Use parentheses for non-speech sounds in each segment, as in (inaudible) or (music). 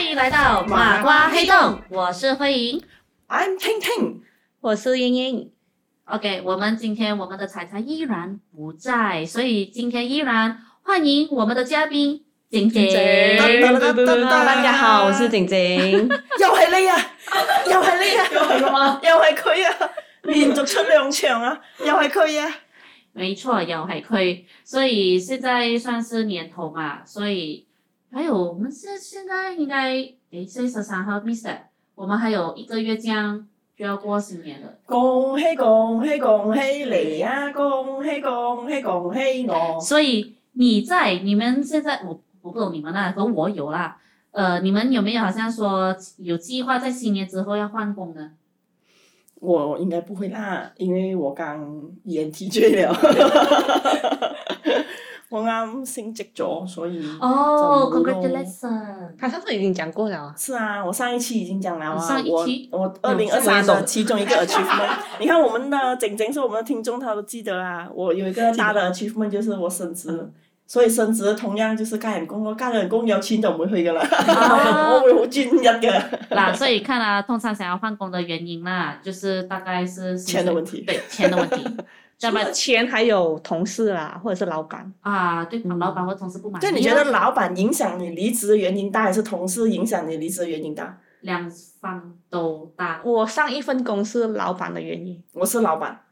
迎来到麻瓜黑洞，我是慧莹。 I'm Ting Ting。我是英英， OK，我们今天我们的彩彩依然不在，所以今天依然欢迎我们的嘉宾景姐。姐噔噔噔噔噔大家好，我是景 (laughs) 景。又係你啊！又係你啊！又係嘛？又係佢啊！連續出兩場啊！又係佢啊！没错，有海葵，所以现在算是年头嘛，所以还有我们是现在应该诶，四月十三号 Miss，我们还有一个月这样就要过新年了。恭喜恭喜恭喜你啊！恭喜恭喜恭喜我！所以你在你们现在我我不懂你们啦，可我有啦。呃，你们有没有好像说有计划在新年之后要换工呢？我應該不會啦，因為我剛 ENTJ 了， (laughs) 我啱升職咗，所以哦、c o 怎么 n g r a t u 咯 l a t i o n 他上次已经讲过了啊，是啊，我上一期已经讲了啊，上一期我我二零二三上一种的其中一个 achievement，你 (laughs) 看我们的整整是我们的听众，他都记得啦。我有一个大的 achievement 就是我升职了，所以升职同樣就是加人工咯，加人工有錢就唔會去噶啦， (laughs) 我會好專一嘅。嗱，所以看啦、通常想要换工的原因啦，就是大概是薪水钱的问题对钱的问 (laughs) 题，要不然钱还有同事啦，或者是老板，啊，对嗯老板或同事不满意就啊，你覺得老闆影響你離職的原因大，還是同事影響你離職的原因大？两方都大我上一份工是老板的原因，我是老闆。啊？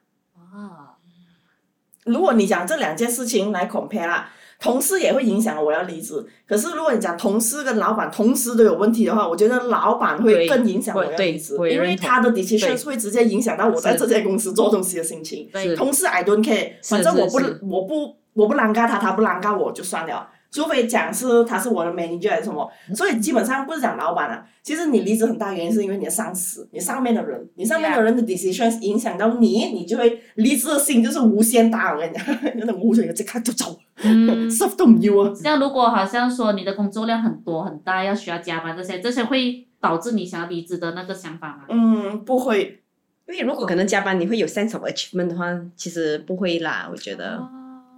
如果你讲这两件事情来 compare 啦，同事也会影响我要离职。可是如果你讲同事跟老板同时都有问题的话，我觉得老板会对更影响我我要对离职，我也因为认同他的 decisions 对会直接影响到我在是这间公司做东西的心情。对是同事 I don't care，反正是我不是我不我不啷嘎他，他不啷嘎我就算了。除非讲是他是我的 manager 还是什么，所以基本上不是讲老板啊。其实你离职很大原因是因为你的上司，你上面的人，你上面的人的 decisions 影响到你，你就会离职的心就是无限大。 (laughs) 我跟你讲，真的无限，即刻就走嗯， ，serve 都唔要啊。像如果好像说你的工作量很多很大，要需要加班这些，这些会导致你想要离职的那个想法吗？嗯，不会，因为如果可能加班你会有 sense of achievement 的话，其实不会啦，我觉得，哦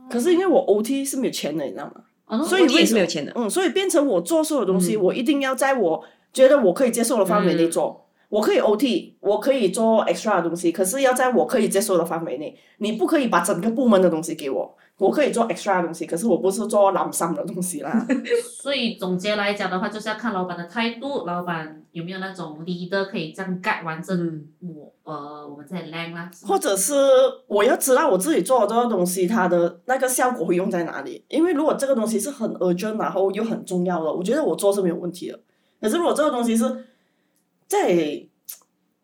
可是因为我 OT 是没有钱的，你知道吗？哦所以我也为是没有钱的，嗯，所以变成我做所有东西，嗯我一定要在我觉得我可以接受的范围内做。我可以 OT，我可以做 extra 的东西，可是要在我可以接受的范围内。你不可以把整个部门的东西给我。我可以做 extra 的东西，可是我不是做 l u 的东西啦。所以总结来讲的话，就是要看老板的态度，老板有没有那种 leader 可以这样盖完整嗯，我呃我们在 lang 啦，是吗或者是我要知道我自己做的这个东西，它的那个效果会用在哪里。因为如果这个东西是很 urgent，然后又很重要的，我觉得我做是没有问题的。可是如果这个东西是在，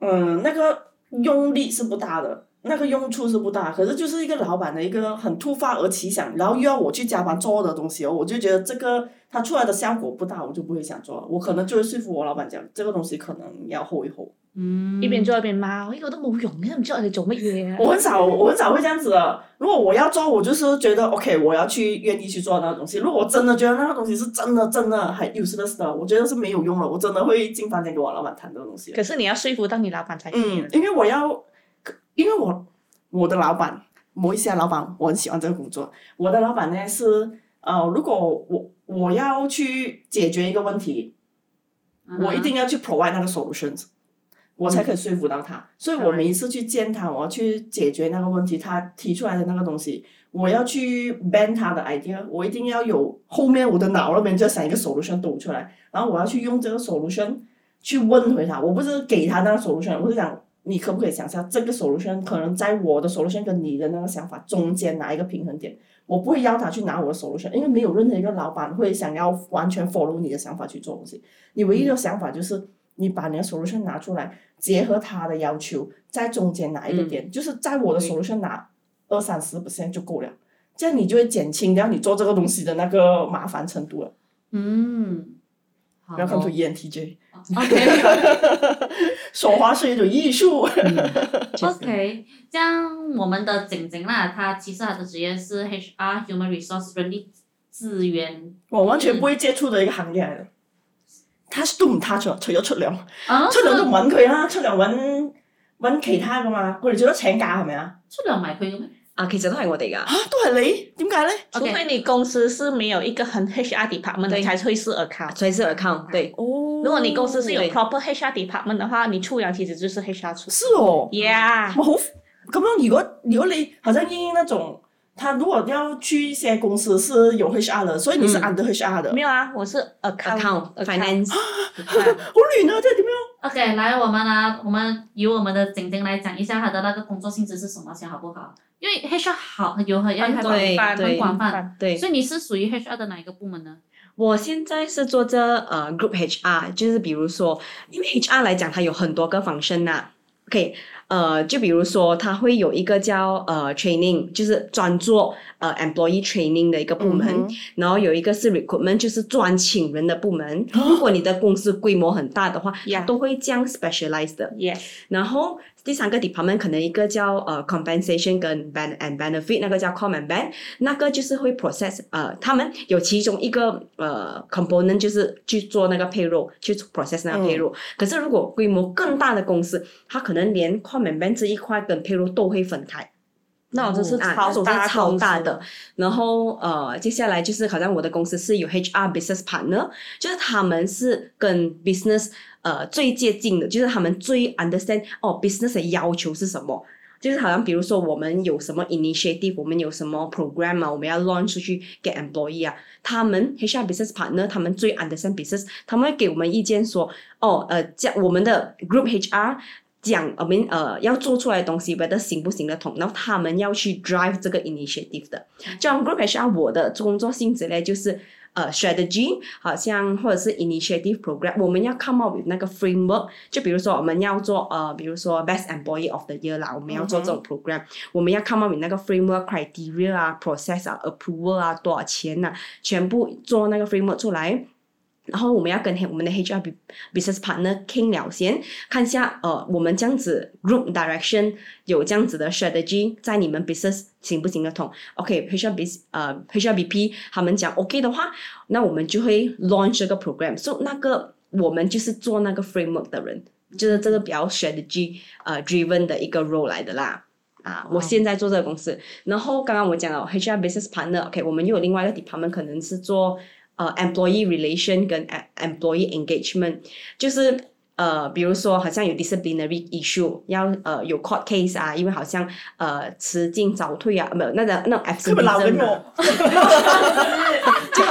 嗯，那个用力是不大的，那个用处是不大，可是就是一个老板的一个很突发而奇想，然后又要我去加班做的东西哦，我就觉得这个它出来的效果不大，我就不会想做了。我可能就会说服我老板讲，这个东西可能要后一后。嗯一邊做一邊罵，我呢個都冇用嘅，唔 (laughs) 知我哋做乜嘢我啊。很少，我很少会这样子的。如果我要做，我就是觉得 OK，我要去愿意去做那个东西。如果我真的觉得那个东西是真的真的很 useless 的，我觉得是没有用了，我真的会进房间跟我老板谈这个东西的。可是你要说服到你老板才可以嗯的，，因为我要，因为我我的老板，某一些老板，我很喜欢这个工作。我的老板呢是呃，如果我我要去解决一个问题，嗯我一定要去 provide 那个 solutions，我才可以说服到他。所以我每一次去见他，我要去解决那个问题，他提出来的那个东西，我要去 ban 他的 idea，我一定要有后面我的脑那边就要想一个 solution 抖出来，然后我要去用这个 solution 去问回他。我不是给他那个 solution，我是讲你可不可以想象这个 solution 可能在我的 solution 跟你的那个想法中间拿一个平衡点。我不会要他去拿我的 solution，因为没有任何一个老板会想要完全 follow 你的想法去做东西。你唯一的想法就是你把你的 solution 拿出来，结合他的要求，在中间拿一个点，就是在我的 solution 拿二三十 percent 就够了，这样你就会减轻掉你做这个东西的那个麻烦程度了。嗯，好哦不要看 E 出 ENTJ， OK (laughs) 说话是一种艺术。 (laughs) (laughs) 嗯 OK，这样我们的景景啦，他其实他的职业是 HR Human Resource 人力资源我完全不会接触的一个行业嚟嘅。他是都唔 touch 啊除咗出糧，啊，出糧都唔揾佢啦，出糧揾揾其他噶嘛。我哋最多請假係咪啊？出糧埋佢嘅咩啊，其實都係我哋噶。啊，都係你，點解咧？哦除非你公司是没有一个很 HR department，对你才会是 account。所以是 account 對，哦，如果你公司是有 proper HR department 的话，你出粮其实就是 HR 出。是哦， Yeah，我好咁樣。如果如果你好像英英那種，他如果要去一些公司是有 HR 的，所以你是嗯 under HR 的，没有啊，我是 account account finance 好亂啊！即係點樣？ OK，来，我们呢，我们由我们的晶晶来讲一下她的那个工作性质是什么先，好不好？因为 HR 好有很要很广对泛，很对广泛。。 (laughs) 对，所以你是属于 HR 的哪一个部门呢？我现在是做这呃 group HR，就是比如说，因为 HR 来讲，它有很多个 function 呐、OK，呃，就比如说，它会有一个叫呃 training，就是专做呃 employee training 的一个部门，嗯然后有一个是 recruitment，就是专请人的部门。如果你的公司规模很大的话，哦 Yeah 都会这样 specialize 的。 Yes，然后第三个 department 可能一个叫呃 compensation 跟 ben and benefit，那个叫 com and ben，那个就是会 process 呃，他们有其中一个呃 component 就是去做那个 payroll，去 process 那个嗯 payroll、可是如果规模更大的公司，它可能连 com and ben 这一块跟 payroll 都会分开。那我嗯就是啊，超总大是超公司大的。然后呃，接下来就是好像我的公司是有 HR business partner，就是他们是跟 business 呃最接近的，就是他们最 understand 哦 business 的要求是什么。就是好像比如说我们有什么 initiative，我们有什么 program 啊，我们要 launch 出去给 employee 啊，他们 HR business partner 他们最 understand business，他们会给我们意见说，哦，呃，这样我们的 group HR 讲我们呃要做出来的东西，whether 行不行得通，然后他们要去 drive 这个 initiative 的。这样 group HR 我的工作性质呢，就是呃 strategy，好像或者是 initiative program，我们要 come up with 那个 framework。就比如说我们要做呃，比如说 best employee of the year 啦，我们要做这种 program，、我们要 come up with 那个 framework criteria 啊，process 啊，approval 啊，多少钱呐、全部做那个 framework 出来。然后我们要跟我们的 HR bu- business partner 倾聊先，看一下呃，我们这样子 group direction 有这样子的 strategy 在你们 business 行不行得通？OK，HR B 呃 HR BP 他们讲 OK 的话，那我们就会 launch 这个 program。所、so, 以那个我们就是做那个 framework 的人，就是这个比较 strategy 呃 driven 的一个 role 来的啦。啊，我现在做这个公司，然后刚刚我讲了 HR business partner，OK，、我们又有另外一个 department 可能是做呃 employee relation 跟 em- employee engagement，就是呃，比如说好像有 disciplinary issue，要呃有 court case 啊，因为好像呃辞进早退啊，没有那个那种佢咪鬧 absenteeism 緊啊我？就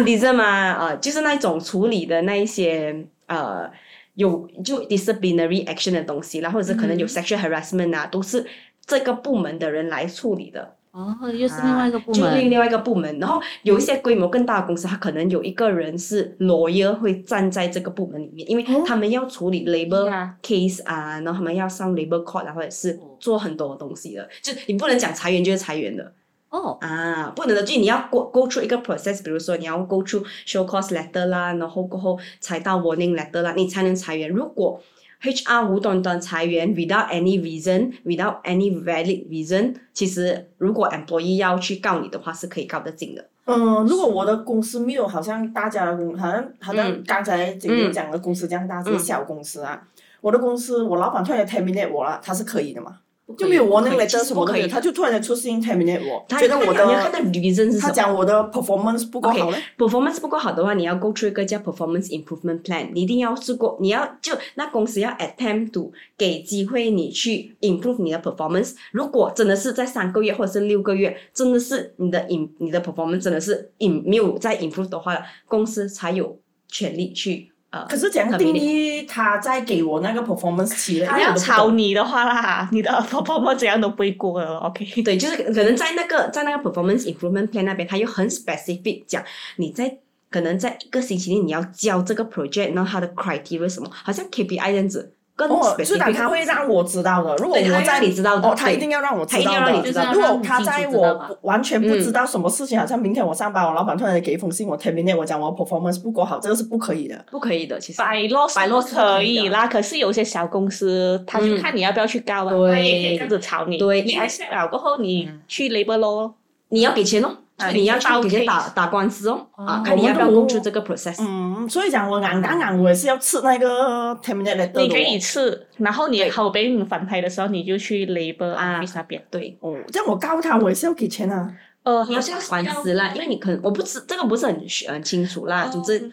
absenteeism 啊，呃，就是那种处理的那一些呃有就 disciplinary action 的东西啦，或者是可能有 sexual harassment 啊，都是这个部门的人来处理的，哦，又是另外一个部就另门。另外一个部门。然后有一些规模更大的公司，它可能有一个人是 lawyer 会站在这个部门里面，因为哦他们要处理 labor、 Yeah case 啊，然后他们要上 labor court 啊，或者是做很多东西的，就你不能讲裁员就是裁员的。哦，啊，不能的，就是你要 go go through 一个 process，比如说你要 go through show cause letter 啦，然后过后才到 warning letter 啦，你才能裁员。如果 HR 无端端裁员，without any reason，without any valid reason，其实如果 employee 要去告你的话，是可以告得进的。嗯，如果我的公司没有好像大家的公，好像好像嗯刚才姐姐讲的公司这样大，只是嗯小公司啊。我的公司，我老板突然间 terminate 我了，他是可以的嘛？不可以就没有 warning 不可以 letter 什么都没其实不可以有，的他就突然间出现 terminate 我，他觉得我你要看的的 reason 是什他么讲我的 performance 不够 OK，好嘞。 performance 不够好的话，你要 go through 一个叫 performance improvement plan，你一定要试过，你要就那公司要 attempt to 给机会你去 improve 你的 performance。如果真的是在三个月或者是六个月，真的是你的 im 你的 performance 真的是 im 没有在 improve 的话，公司才有权利去呃。可是怎样定义他在给我那个 performance 期嘞？因他为哎我要都不懂炒你的话啦， (laughs) 你的 performance 怎样都不会过的。OK，对，就是可能在那个在那个 performance improvement plan 那边，他又很 specific 讲你在可能在一个星期内你要交这个 project，然后它的 criteria 是什么，好像 KPI 这样子，更哦，最然 specific。他会让我知道的。如果对，我他在让你知道的，哦，他一对定要让我他知一定道要让的你。知就是道。要如让果你他自己在知道吧我完全不知道什么事情，好像明天我上班，我老板突然间给一封信，我 terminate 我讲我 performance 不够好，这个是不可以的。不可以的，其实。百洛百洛是是可可以以的啦，可是有些小公司，他就嗯看你要不要去告了，对他也可以这样子炒你。对你 accept 了过后，你去 labor law 你要给钱哦，啊你要去你给去钱报打打官司哦，啊哦，看你要不要我们都 go through 这个 process。嗯，所以讲我硬打硬，我也是要吃那个 terminate letter 的哦。你可以吃，然后你对口碑你反拍的时候，你就去 labor 啊 office 那边。对，哦，这样我告他，我也是要给钱啊。呃，啊哦你要去打官司啦，因为你可能我不知这个不是很很清楚啦，总之哦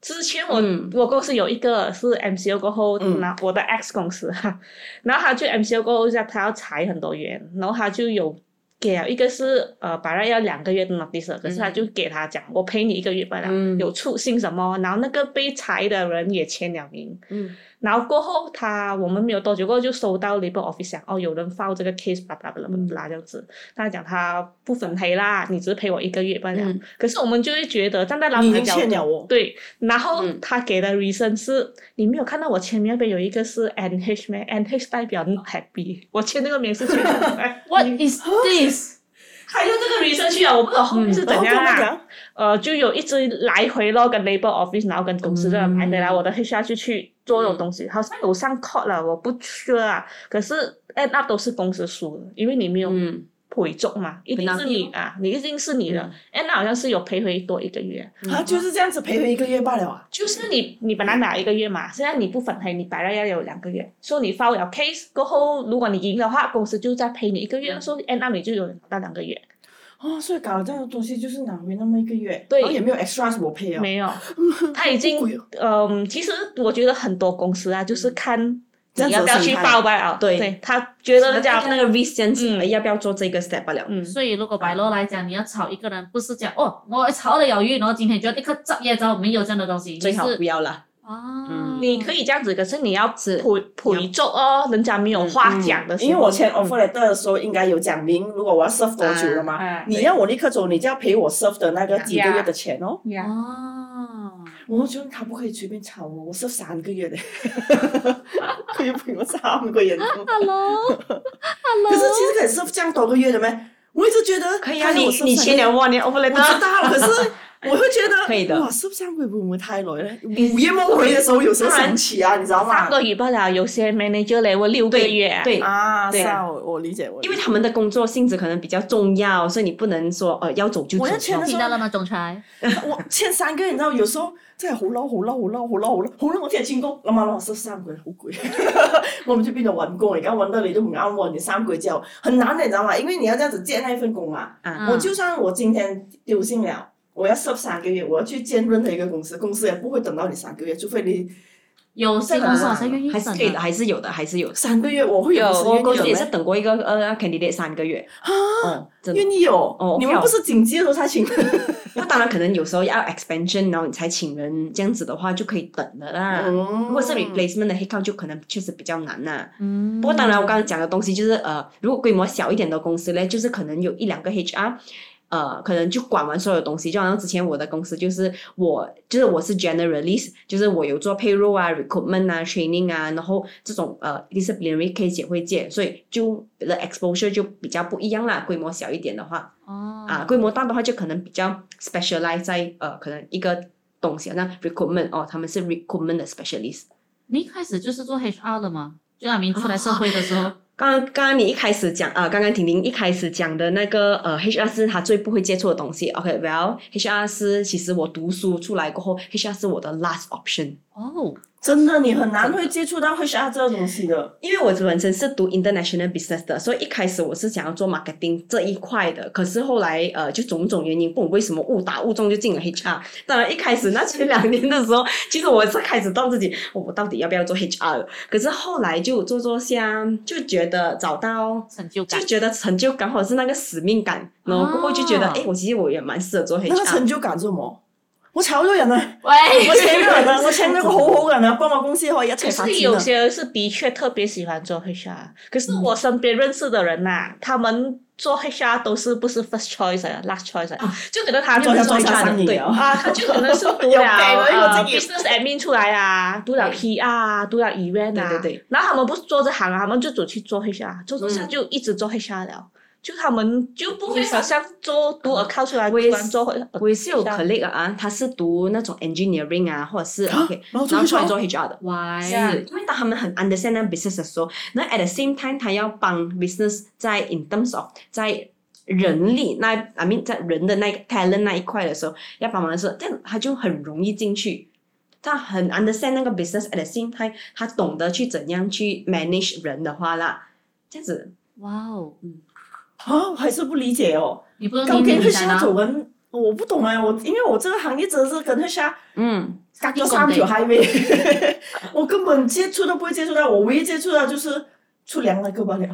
之前我、嗯我公司有一个是 MCO 过后，嗯然后我的 X 公司哈，然后他就 MCO 过后，他要裁很多员，然后他就有给了一个是呃，本来要两个月的 notice，可是他就给他讲，我赔你一个月罢了，嗯有促性什么，然后那个被裁的人也签了名，嗯然后过后他我们没有多久过后就收到 labor office 讲哦，有人 file 这个 case，巴拉巴拉巴拉这样子，他讲他不分赔啦，你只是赔我一个月罢了，嗯可是我们就会觉得站在老你板已的经角度欠。了我，对，然后嗯他给的 reason 是，你没有看到我签名那边有一个是 NH 吗？NH 代表 not happy，我签那个名是签那 What is (laughs) this？还用这个 reason 去啊？我不懂后面是怎嗯然后跟样他啊？讲，呃，就有一直来回咯，跟 labor office，然后跟公司这样来回来，我的 HR 就去做这种东西，好像有上 court 了，我不 sure 啊。可是 end up 都是公司输了，因为你没有嗯，赔足嘛，一定是你啊，你一定是你的。end up 好像是有赔回多一个月啊。啊，就是这样子陪回一个月罢了啊。就是你你本来买了一个月嘛，现在你不返还，你本来要有两个月，所以你发了 case 过后，如果你赢的话，公司就再赔你一个月，所以 end up 你就有拿到两个月，哦，所以搞了这样的东西就是拿回那么一个月，对然后也没有 extra 我配啊，没 (laughs) 有，他已经好贵哦嗯，其实我觉得很多公司嗯啊，就是看这你样要子不要去报吧啊，对对他觉得人那家个那个 risk 这样子，嗯哎要不要做这个 step 罢了？嗯，所以如果白落来讲，你要炒一个人，不是讲哦，我炒了有鱼，然后今天就要立刻执业招，没有这样的东西，最好你不是要了。哦嗯，你可以以这样子，可是你要是嗯赔赔足哦，人家没有话讲的时候，因为我签 offer letter 的时候应该有讲明，如果我要 serve 多久了嗯嘛，啊你要我立刻走，你就要赔我 serve 的那个几个月的钱哦。对呀哦，我觉得他不可以随便炒我，我 serve 三个月 (laughs) 的，佢要赔我三个月的工。可是其实可以 serve 这样多个月的咩？我一直觉得可以他啊，要你我 serve 你三签个月两万年 over 我知 letter，道，可是我会觉得可以的哇，serve 三个月会不会太耐呢？午夜梦回的时候有时候想起啊，你知道吗三？个月罢了，有些 manager 嘞，我六个月啊，对。啊，对是啊，我我理解我理解，因为他们的工作性质可能比较重要，所以你不能说呃要走就走我要签咯的听到了吗，总裁？我欠三個月，然之後有時候真係好嬲，好嬲，好嬲，好嬲，好嬲，好嬲！我聽日轉工，諗下諗下，收三個月好攰，我唔知邊度揾工，而家揾得你都唔啱揾，你三個月之後很難的，你知道嗎？因為你要這樣子接那一份工啊，啊，我就算我今天丟信了，我要 serve 三個月，我要去兼任何一個公司，公司也不會等到你三個月，除非你有些公司好像愿意还是等啊可以的，的，还是有的，还是有的。三個月我會有，有時我間公司也有啊是咩？等过一个呃 candidate 三个月，哦，真的願。意哦，哦你們不是緊急的時候才請 (laughs) 那当然，可能有时候要 expansion，然后你才请人，这样子的话就可以等了啦。嗯如果是 replacement 的 headcount，就可能确实比较难呐、嗯不过当然，我刚刚讲的东西就是呃，如果规模小一点的公司嘞，就是可能有一两个 HR。呃，可能就管完所有东西，就好像之前我的公司就是我，就是我是 generalist，就是我有做 payroll 啊、recruitment 啊、training 啊，然后这种呃 disciplinary case 也会见，所以就 the exposure 就比较不一样啦。规模小一点的话，哦啊，规模大的话就可能比较 specialize 在呃，可能一个东西，那 recruitment 哦，他们是 recruitment 的 specialist。你一开始就是做 HR 的嘛？就阿明出来社会的时候，刚刚刚刚你一开始讲啊、刚刚婷婷一开始讲的那个呃，HR 是她最不会接触的东西。OK，well，HR 是其实我读书出来过后，HR 是我的 last option。 (laughs) 哦，真的，你很难會接觸到 HR 這個東西的。因为我本身是读 international business 的，所以一开始我是想要做 marketing 这一块的，可是后来呃，就种种原因，不懂为什么误打误撞就进了 HR。当然一开始那前两年的时候， (laughs) 其实我是开始到自己，哦我到底要不要做 HR？了可是后来就做做下，就觉得找到。成就就感，觉得成就感或者是那个使命感，然后过后就觉得，哦哎、我其实我也蛮适合做那個 HR 成。就感是什麼？我炒咗人啊！ (laughs) 喂，我請咗人啊！我請咗個好好嘅人啊，幫我公司可以一齊可發是有展啊！些人是的确特别喜欢做 HR，可是我身边认识的人呐、他们做 HR 都是不是 first choice 啊，last choice 啊，就可能他做们家是做家生意对啊！啊，他就可能是 (laughs) 读有了病啊呢呃個職業 business admin 出来啊，读了 PR 啊，读了 event 啊，对对对，嗯然后他们不是做这行啊，他们就只去做 HR，做做下就一直做 HR 了。就他们就不会好像做读 account 出来，突啊我也是然做回我也是有 HR colleague 啊，他是读那种 engineering 啊，或者是 OK，然后然做后出来 HR 做 HR 的。喂，是因为当他们很 understand 那 business 的时候，那 at the same time 他要帮 business 在 in terms of 在人力那 I mean 在人的那个 talent 那一块的时候要帮忙的时候，这样他就很容易进去。他很 understand 那个 business at the same time，他懂得去怎样去 manage 人的话啦，这样子哇哦，啊，我還是不理解哦。你不用究听竟你的 HR 啦，做緊我不懂哎、我因为我这个行业真的是跟 HR 嗯隔咗三條 highway，我根本接觸都不會接觸到，我唯一接觸到就是出糧那個罢了，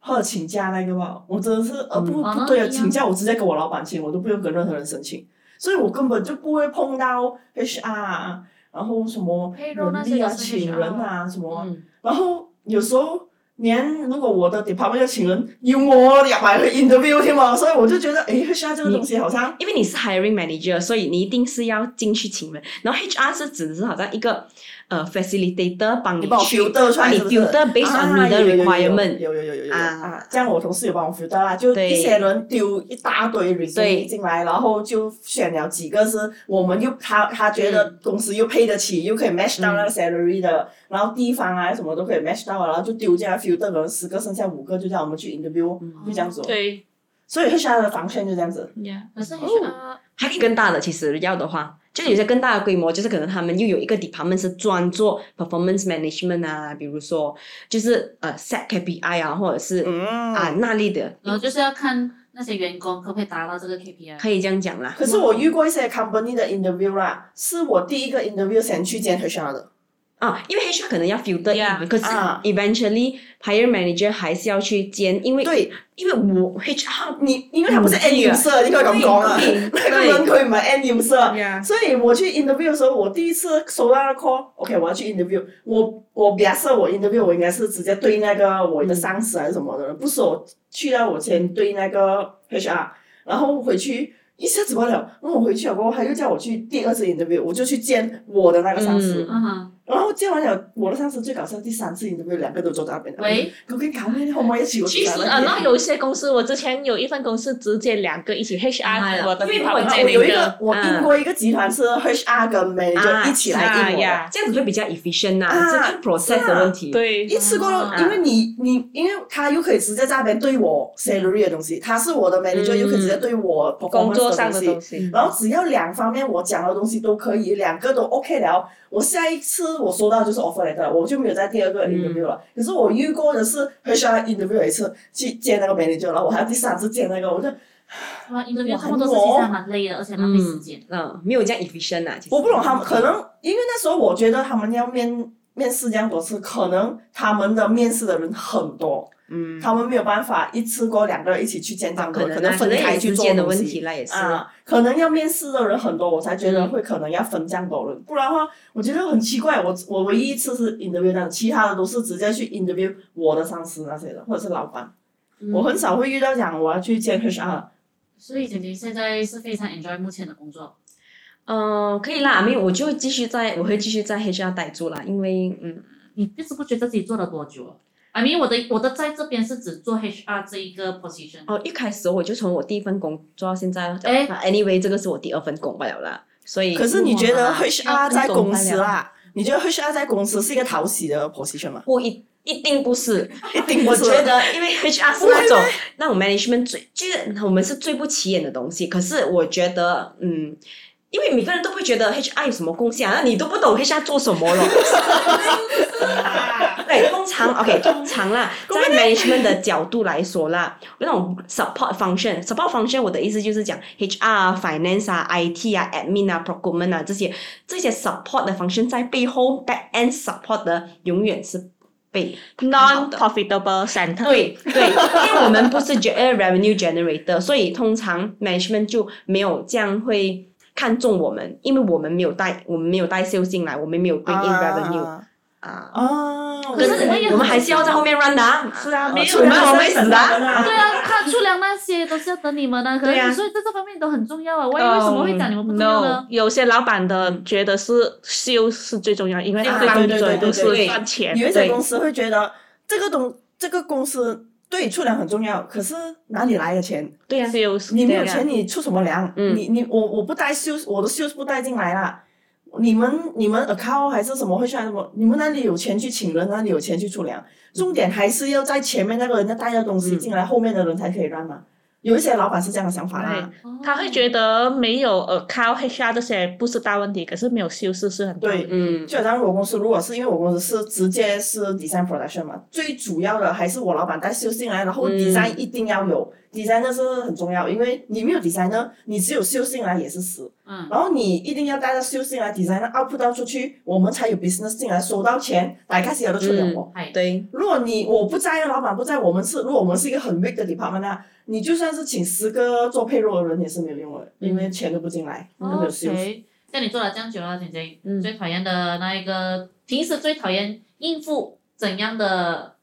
或者請假那個吧。我真的是呃不嗯不对哦啊，一樣請假我直接跟我老板请，我都不用跟任何人申请，所以我根本就不会碰到 HR，啊，然后什么 Payroll 那人些力啊、都是哦请 HR 人啊什么啊，嗯，然后有时候。连如果我的 department 要请人，要我也买回 interview 添嘛，所以我就觉得，诶 h r 这个东西好像因为你是 hiring manager，所以你一定是要进去请人，然后 HR 是只是好像一个呃 facilitator 帮你你帮我去 filter 出来帮你是不是 filter based 啊 on 你的有有有有 requirement 有有有有有啊啊！这样我同事有帮我 filter 啦，就对一些人丢一大堆 r e s u 对 m 进来，然后就选了几个是我们又他他觉得公司又配得起，又可以嗯 match 到那个 salary 的，然后地方啊什么都可以 match 到啊，然后就丢进来 filter，可能十个剩下五个就叫我们去 interview，就这样嗯子哦。对，所以 HR 的防圈就这样子， Yeah，可是 HR、哦还可以更大的，其实要的话，就有些更大的规模，就是可能他们又有一个 department 是专做 performance management 啊，比如说就是呃 set KPI 啊，或者是、嗯啊那类的，然后就是要看那些员工可不可以达到这个 KPI。可以这样讲啦。可是我遇过一些 company 的 interview 啦，是我第一个 interview 先去见 HR 的。啊，因为 HR 可能要 filter，、 Yeah，可是啊 eventually hire manager 还是要去兼，因为对，因为我 HR 你因為佢唔識 end 色，你可以咁講啊， (laughs) 那個人佢唔係 end 色，呀，所以我去 interview 嘅時候，我第一次收到那個 call，OK，、我要去 interview，我我假設我 interview 我應該是直接對那個我的上司還是什麼的，不是我去到我先對那個 HR，然後回去一下子不了，然後我回去了過後，他又叫我去第二次 interview，我就去見我的那個上司，嗯嗯哼，然後見完了我的上司最搞笑，第三次 interview 兩個都坐在那邊，喂，究竟搞咩？你可唔可以一起我其实坐在啊，那邊那有一些公司，我之前有一份公司直接两个一起啊 HR，我的因为跑我接我有一一个个，嗯我听过一个集团是 HR 跟 manager 一起来啊应我的，呀，这样子会比较 efficient 呐、啊是看 process 的问题。对，一次过了啊，因为你你因为他又可以直接在那边对我 salary 的东西，他是我的 manager，嗯又可以直接对我工作 performance 上的的东东西。西，然后只要两方面我讲的东西都可以，两个都 OK 了，我下一次我收到就是 offer letter，了我就没有在第二个嗯 interview 了。可是我遇过的是 HR interview 有一次去见那个 manager，然后我还要第三次见那个，我就哇，interview 这么多事情，还蛮累的，而且浪费时间。嗯，没有这样 efficient 啊。其实我不懂他们，可能因为那时候我觉得他们要面面试这样多次，可能他们的面试的人很多，嗯，他们没有办法一次过两个人一起去见这样多，可能啊能分也开是去时做间的东问西题啦，也是。嗯啊，可能要面试的人很多，我才觉得会可能要分这样多人，不然的话，我觉得很奇怪。我我唯一一次是 interview 这样，其他的都是直接去 interview 我的上司那些的，或者是老板。嗯嗯我很少会遇到讲我要去见 HR，嗯所以简简现在是非常 enjoy 目前的工作。嗯、可以啦，没有，我就继续在，我会继续在 HR 待住啦，因为嗯，你不知不觉自己做了多久了？I mean，我的我的在这边是只做 HR 这一个 position。哦，一开始我就从我第一份工做到现在，哎啊，anyway，这个是我第二份工不了啦，所以可是你觉得我 HR 在公司懂啊？你觉得 HR 在公司是一个讨喜的 position 吗？不一一定不是，一定我不是觉 (laughs) 得， (laughs) 因为 HR 是那种那种 management 最就是我们是最不起眼的东西。可是我觉得，嗯，因为每个人都会觉得 HR 有什么贡献啊，那 (laughs) 你都不懂 HR 做什么了。啊对，通 (laughs) 常 OK，通常啦，在 management 的角度来说啦，那种 support function，support function 我的意思就是讲 HR 啊、finance 啊、IT 啊、admin 啊、procurement 啊这些这些 support 的 function 在背后 back end support 的永远是被 non profitable center， (laughs) 对对，因为我们不是 ge- 呃 revenue generator，所以通常 management 就没有这样会看重我们，因为我们没有带我们没有带 sales 进来，我们没有 bring 啊 in revenue 啊。啊，可是我也我们很还是要在后面 run 的啊，是啊，没没有有出门我我们们会死的啊对啊，他出粮那些都是要等你们的，可对能啊你所以在这方面都很重要啊。我为什么会讲你们不重要 no，呢？有些老板的觉得是 sales 是最重要，因为他啊对帮对对准对不对是赚钱。有一些对公司会觉得这个东这个公司对出粮很重要，可是哪里来的钱？对呀，sales 你没有对啊钱，你出什么粮？嗯你你我我不带 sales，我的 sales 不带进来啦。你们你们 account 还是什么会算什么？你们哪里有钱去请人？哪里有钱去出粮？重点还是要在前面那个人要带的东西嗯进来，后面的人才可以让嘛。有一些老板是这样的想法啦。他会觉得没有呃靠 HR 这些不是大问题，可是没有修饰是很大问对题，嗯，就好像我公司，如果是因为我公司是直接是 design production 嘛，最主要的还是我老板带 sales 进来，然后嗯 design 一定要有， designer 是很重要，因为你没有 designer，你只有 sales 进来也是死。嗯，然后你一定要带着 sales 进来，designer output 到出去，我们才有 business 进来，收到钱，大家先有得出嚟我。係对，如果你我不在，老板不在，我们是如果我们是一个很 weak 的 department 啊，你就算是请十个做配肉的人也是没有用的，因为钱都不进来，都哦没有 sales。 OK，在你做了这样久了，姐姐、嗯最讨厌的那一个，平时最讨厌应付怎样的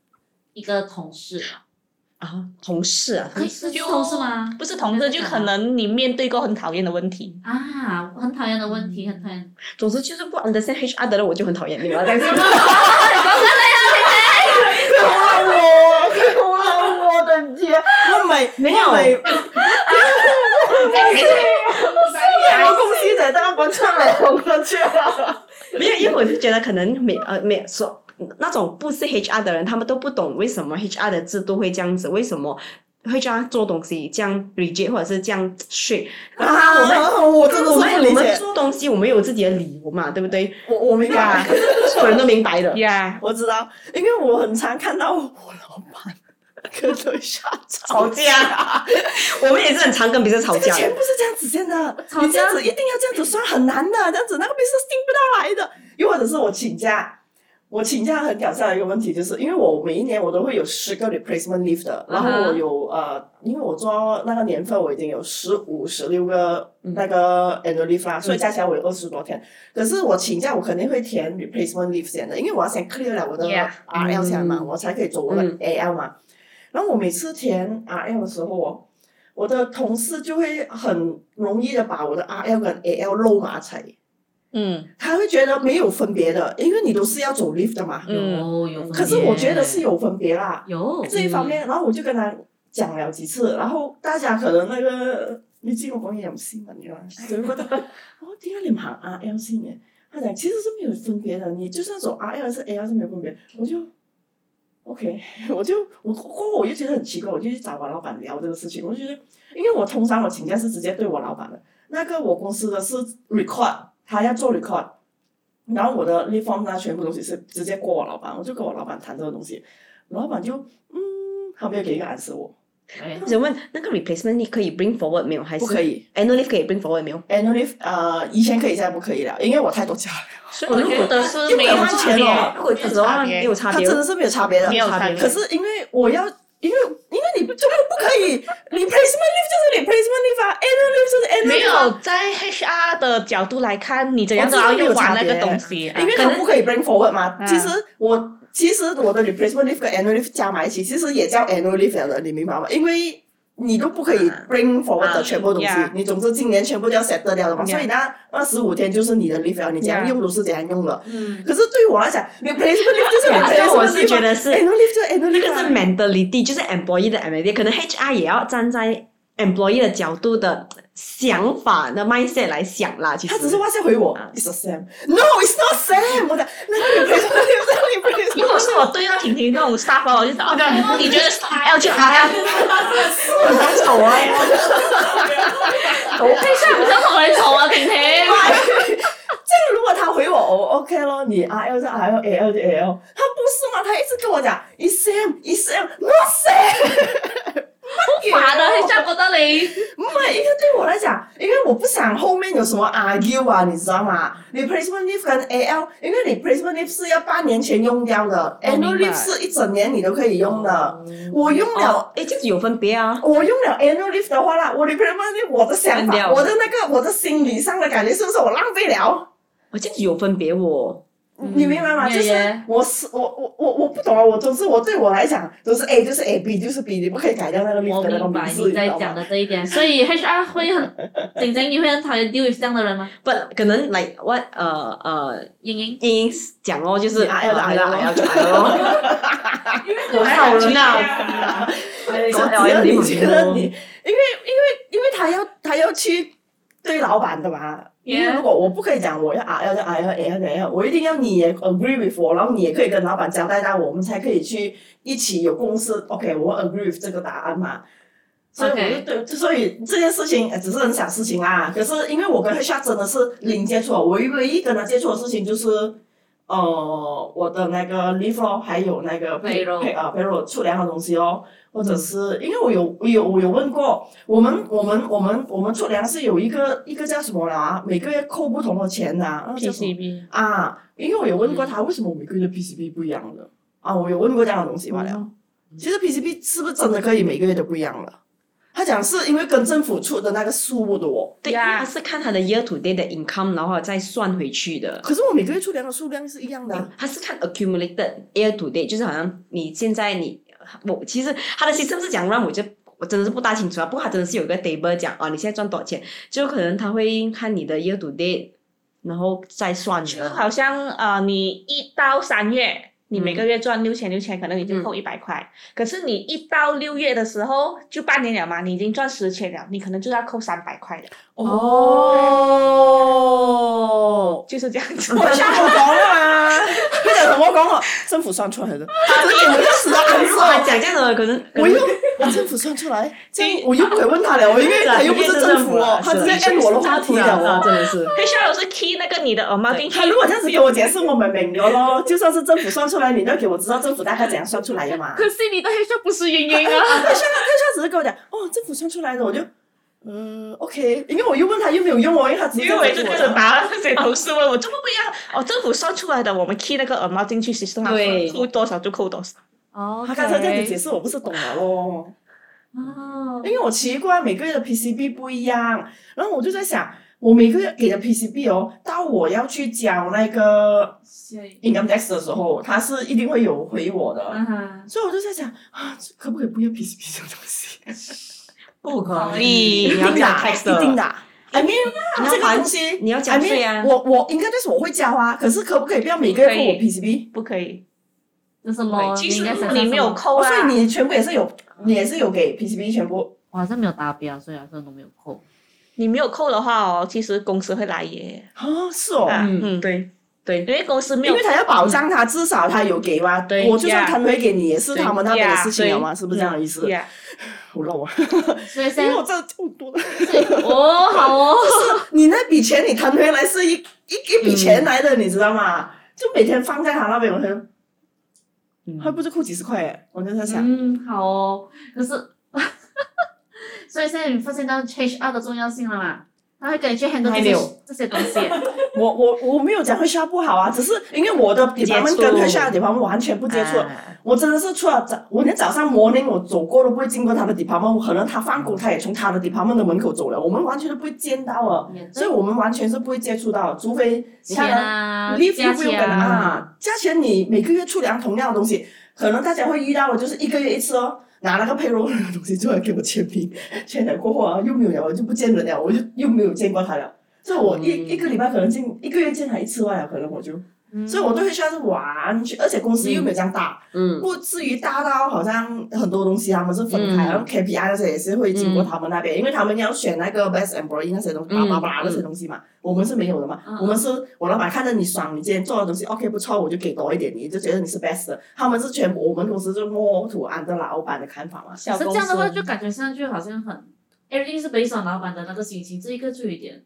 一个同事？啊，同事啊，可以是同事吗？不是同事，就可能你面对过很讨厌的问题。啊，我很讨厌的问题，很讨厌。总之就是不 understand HR 的人，我就很讨厌你 (laughs) 了。但是好啦我，好啦我的姐，我每没有我每，我公司在当观众来红了去了。没有，因为我是觉得可能每呃每说那种不是 HR 的人，他们都不懂为什么 HR 的制度会这样子，为什么会这样做东西这样 reject 或者是这样 shit。然后我们、啊，我真的我是不们我理们解，做东西，我们有自己的理由嘛，对不对？我我明白。所有人都明白的。呀，我知道，因为我很常看到我老板跟楼下吵架， (laughs) 我们也是很常跟别人吵这个 (laughs) 架钱的。不是这样子先的，吵你这样架子一定要这样子算很难的，这样子那个 business 定不到来的。又或者是我请假，我请假很搞笑的一个问题，就是因为我每一年我都会有十个 replacement leave 的，然后嗯哼我有呃，因为我做那个年份我已经有十五、十六个那个 annual leave 嗯啦，所以加起来我有二十多天。可是我请假，我肯定会填 replacement leave 先的，因为我要先 clear 了我的 Yeah， RL 先嘛，嗯我才可以走我的嗯 AL 嘛。然后我每次填 RL 的时候哦，我的同事就会很容易的把我的 RL 跟 AL 漏马踩，嗯，他会觉得没有分别的，因为你都是要走 lift 的嘛。嗯有有分别，可是我觉得是有分别啦，有这一方面，然后我就跟他講了幾次，然後大家可能那個，你知我講嘢有斯文嘅嘛，就會覺得我點解你唔行 R L 先嘅？他講其實是沒有分別的，你就算走 R L 還是 A L 是沒有分別。我就 OK，我 (laughs) 就我過後我就覺得很奇怪，我就去找我老闆聊這個事情，我就覺得，因為我通常我請假是直接對我老闆的，那個我公司的是 record，他要做 record。然後我的 leave form 那全部東西是直接過我老闆，我就跟我老闆談這個東西，我老闆就嗯，他没有给一个暗示我，哎我想问，那个 replacement 你可以 bring forward 没有？还不是可以。 annual leave 可以 bring forward 没有？ annual leave 呃，以前可以，现在不可以了，因为我太多假了。所以我觉得是没有因为他差钱别哦，如果没有只要差让别没有差他别真，的是没有差别的，没有差别可是因为我要，因为因为你不就是不可以 replacement leave 就是 replacement leave 啊，annual leave 就是 annual 没 leave 啊有在 HR 的角度来看，你怎样都要用完那个东西。啊因为可他能不可以 bring forward 嘛。嗯其实我其实我的 replacement leave 跟 annual leave 加埋一起，其实也叫 annual leave 了的，你明白吗？因为你都不可以 bring forward 的啊全部东西嗯，yeah，你总之今年全部都要 set 掉的嘛。 Yeah 所以那二十五天就是你的 leave 了，你怎样 Yeah 用都是怎样用的。嗯，可是对我来讲，replacement leave 就是而且 replacement 我是 leave 觉啊得是 annual leave 就是 annual 这 leave 个是啊 mentality，就是 employee 的 mentality，可能 HR 也要站在 employee 的角度的想法的 mindset 来想啦。其实他只是哇塞回我啊，It's a Sam，No，It's not Sam。我讲那个 replacement leave 是 replacement，如果是我对到婷婷那种沙 (laughs) 发，我就想，哦你觉得 (laughs) 是 L 就 L，我好丑啊！ (laughs) 等一 (laughs) 下唔想同你嘈啊，婷婷。哎 (laughs) 这个如果他回我，我 OK 咯，你 R L 就 R L，A L 就 A L。他不是嘛？他一直跟我讲 i Sam i Sam not Sam，好 (laughs) 煩啊！你真覺得你唔係，因為對我來講，因為我不想後面有什麼 argue 啊，你知道嗎？Replacement leave 跟 AL，因為 replacement leave 是要半年前用掉的，annual 明 leave 白是一整年你都可以用的。我用了哦，哎，这样子有分别啊。我用了 annual leave 的话啦，我 replacement leave 我的想删法，掉我的那个我的心理上的感觉是不是我浪费了？我这样子有分别哦。你明白吗？嗯就是爷爷我是我我我我不懂啊！我总之我对我来讲，总是 A 就是 A，B 就是 B，你不可以改掉那个 l 我 i 的那个明名白字，你你知在道講吗？的這一點，所以 HR 會很，婷婷你會很討厭 deal with 這樣的人嗎？不，可能 like what 呃呃，莹莹，英英讲哦，就是你啊 RL 的 RL 要要就 RL 咯。我好人啊，只狗要 (laughs) 你哎觉得你，因为因为 LL 因为他要他要去对老板的嘛。因为 Yeah 如果我不可以讲我要 R L 就 R L A L A L，我一定要你也 agree with 我，然后你也可以跟老板交代到，我们才可以去一起有共识。OK，我 agree with 这个答案嘛。所以我就 OK 对所以这件事情呃只是很小事情啦。可是因为我跟 HR 真的是零接触，我唯一跟他接触的事情就是呃我的那个 leave 咯，还有那个 pay Payroll pay 啊 payroll 出粮的东西哦，或者是因为我有我有我有问过，我们我们我们我们出粮是有一个一个叫什么啦，每个月扣不同的钱呐、啊，叫什么 PCB 啊，因为我有问过他为什么每个月的 PCB 不一样的啊，我有问过这样的东西罢了。其实 PCB 是不是真的可以每个月都不一样了？他讲是因为跟政府出的那个数目多，对，因为呀它是看它的 year to date 的 income，然后再算回去的。可是我每个月出粮的数量是一样的啊。它是看 accumulated year to date，就是好像你现在你我其实它的 system 是讲让我就我真的是不大清楚啊，不过它真的是有一个 table 讲啊，你现在赚多少钱，就可能他会看你的 year to date，然后再算就的。好像呃，你一到三月，你每嗯个月赚六千六千，可能你嗯就扣一百块。可是你一到六月的时候，就半年了嘛，你已经赚十千了，你可能就要扣三百块了，哦，就是这样子。 (laughs) 我想我讲了啊，不讲什么讲了，政府算出来的，这是我要死的如果他很讲这样的，可能我又把政府算出来，这样我又不会问他了，我因为他又不是政府哦，他直接按我的话题了哦啊，。真的是。 HR 是 key 那个你的 amount，他如果这样子给我解释，我们明了咯。就算是政府算出来，你都给我知道政府大概怎样算出来的嘛。可惜你的黑色不是云云啊，他下他下只是跟我讲，哦，政府算出来的，我就，呃，OK，因为我又问他又没有用哦，因为他直接因为我也是给各我种讲答案，那些同事问我怎么不一样？哦，政府算出来的，我们 key 那个 amount 进去 system，它对扣多少就扣多少。哦他刚才这样子解释，我不是懂了咯。哦因为我奇怪每个月的 PCB 不一样，然后我就在想，我每个月给的 PCB 哦，到我要去交那个是 income tax 的时候，他是一定会有回我的，嗯哼，所以我就在想啊，可不可以不要 PCB 这种东西？不可以以，一你要定的讲啊， tax 一定的啊。I mean，你要这个还东西你要讲税啊 I mean，我我应该就是我会交啊，可是可不可以不要每个月扣我 PCB？不可以，这是 law，其你实应该想你没有想扣啊哦，啦，所以你全部也是有，你也是有给 PCB 全部。我好像没有达标，所以好像都没有扣。你没有扣的话哦，其实公司会来耶。哦，是哦，啊嗯，对对因为公司没因有为他要保障他，至少他有给嘛。嗯对我就算呀摊回给你，也是对他们那边的事啊情呀了嘛，是不是这样的意思？呀好漏啊， (laughs) 所以因现为在我这就多了。 (laughs) 哦，好哦，你那笔钱你摊回来是一一一笔钱来的，你知道吗？就每天放在他那边，我就嗯还不是扣几十块耶，我就在想，嗯，好哦。可是， (laughs) 所以现在你发现到 change out 的重要性了嘛？他会跟你去 handle 还这有些这些东西。我我我没有讲会下不好啊，只是因为我的接 department 触跟会下的 department 完全不接触。啊我真的是除了早，我连早上 morning 我走过都不会经过他的 department，我可能他放工他也从他的 department 的门口走了，我们完全都不会见到啊，所以我们完全是不会接触到的，除非其他钱人啊，利加不用钱跟啊，价钱你每个月出粮同样的东西，可能大家会遇到的就是一个月一次哦，拿那个 payroll 的东西出来给我签名，签了过后啊又没有了，我就不见人了，我就又没有见过他了。所以我一、嗯一个礼拜可能见一个月见他一次外了，可能我就，嗯所以我对 HR 是完全，而且公司又没有这样大，嗯不至于大到好像很多东西他们是分开，嗯然后 KPI 那些也是会经过他们那边，因为他们要选那个 best employee 那些东西，巴嗯拉巴拉那些东西嘛，我们是没有的嘛，嗯我们是我老板看着你爽，你今天做的东西 OK 不错，我就给多一点，你就觉得你是 best 的，他们是全部我们公司就摸土按着老板的看法嘛，可小是公这司样的话，就感觉上去好像很，everything 是 based on 老板的那个心情，这一个就有点。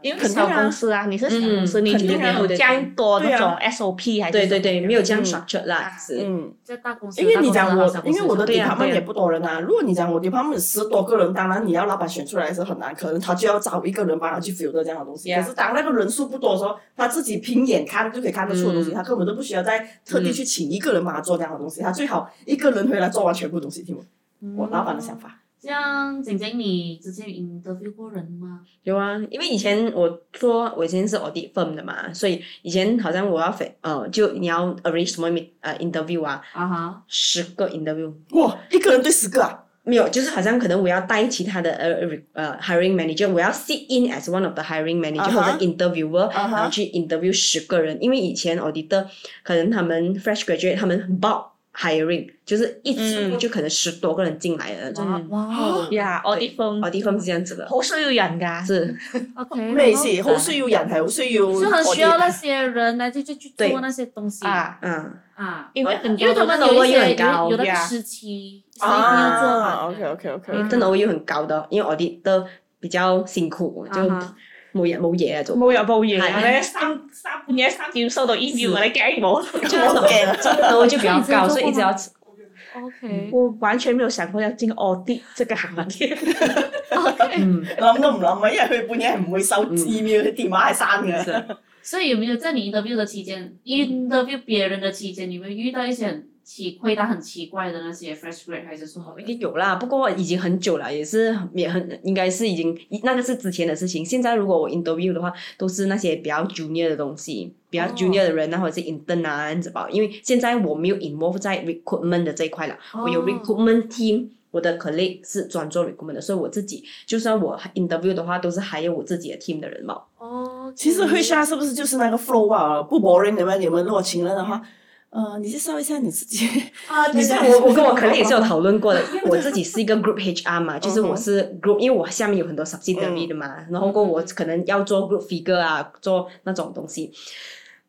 因为肯定小啊公司啊，你是小公司，嗯你肯定就啊没有这样多对那啊种 SOP 还是对对对，没有这样嗯 structure 啦，是嗯。在大公司，因为你大讲公我司好像，不因是为我的这对呀 department 对呀也不多人啊。如果你讲我 department 十多个人，当然你要老板选出来是很难，可能他就要找一个人帮他去 filter 这样的东西。 Yeah 可是当那个人数不多的时候，他自己凭眼看就可以看得出的东西，嗯他根本都不需要再特地去请一个人帮他做这样的东西，他最好一个人回来做完全部东西。听我，样我老板的想。法。像景景，你之前有 interview 过人吗？有啊，因为以前我做，我以前是 audit firm 的嘛，所以以前好像我要飞，呃，就你要 arrange 什么 meet 呃 interview 啊，啊哈，十个 interview 哇，一个人对十个啊！没有，就是好像可能我要带其他的呃呃 hiring manager，我要 sit in as one of the hiring manager、啊哈或者 interviewer，、啊哈然后去 interview 十个人，因为以前 auditor 可能他们 fresh graduate 他们 bulk hiring，就是一次过嗯就可能十多个人进来的那啊种，哇嗯哇哦呀，audit firm， audit firm 是这样子的，好需要人噶，是。 ，OK， (laughs) 咩好事？好需要人，係好需要。就很需要那些人来去去去对做那些东西啊，嗯，啊，因为很因多为他们的有一 turnover 些很高有有那个呀时期是一定要做啊好的。 ，OK OK OK，嗯对，turnover 又很高的，因为 audit 的比较辛苦，就啊哈冇嘢冇嘢啊，做冇有冇嘢啊！係你三三半夜三點收到 email，你驚冇？就然后就比较高，所以一直要 OK 我完全沒有想過要進 audit 這個行業。 OK，嗯，諗都唔諗啊，因為佢半夜係唔會收嗯 email，佢電話係刪嘅。是所以有没有在你 interview 的期间，interview 别人的期间，你们遇到一些很奇回答很奇怪的那些 fresh grad 还是什么我？一定有啦，不过已经很久了，也是也很应该是已经那个是之前的事情。现在如果我 interview 的话，都是那些比较 junior 的东西，比较哦 junior 的人啊，或者是 intern 啊这样子吧。因为现在我没有 involve 在 recruitment 的这一块了，我有哦 recruitment team。我的 colleague 是专做 recruitment 的，所以我自己就算我 interview 的话，都是还有我自己的 team 的人嘛。哦，其实 HR 是不是就是那个 flow 啊？不 boring 的吗？你们如果请人的话，呃，你介绍一下你自己。 (laughs) 啊，你对是对，我我跟我 colleague 也是有讨论 (laughs) 过的，因为我自己是一个 group HR 嘛，就是嗯哼我是 group，因为我下面有很多 subsidiary 嗯的嘛，然后过后我可能要做 group figure 啊，做那种东西。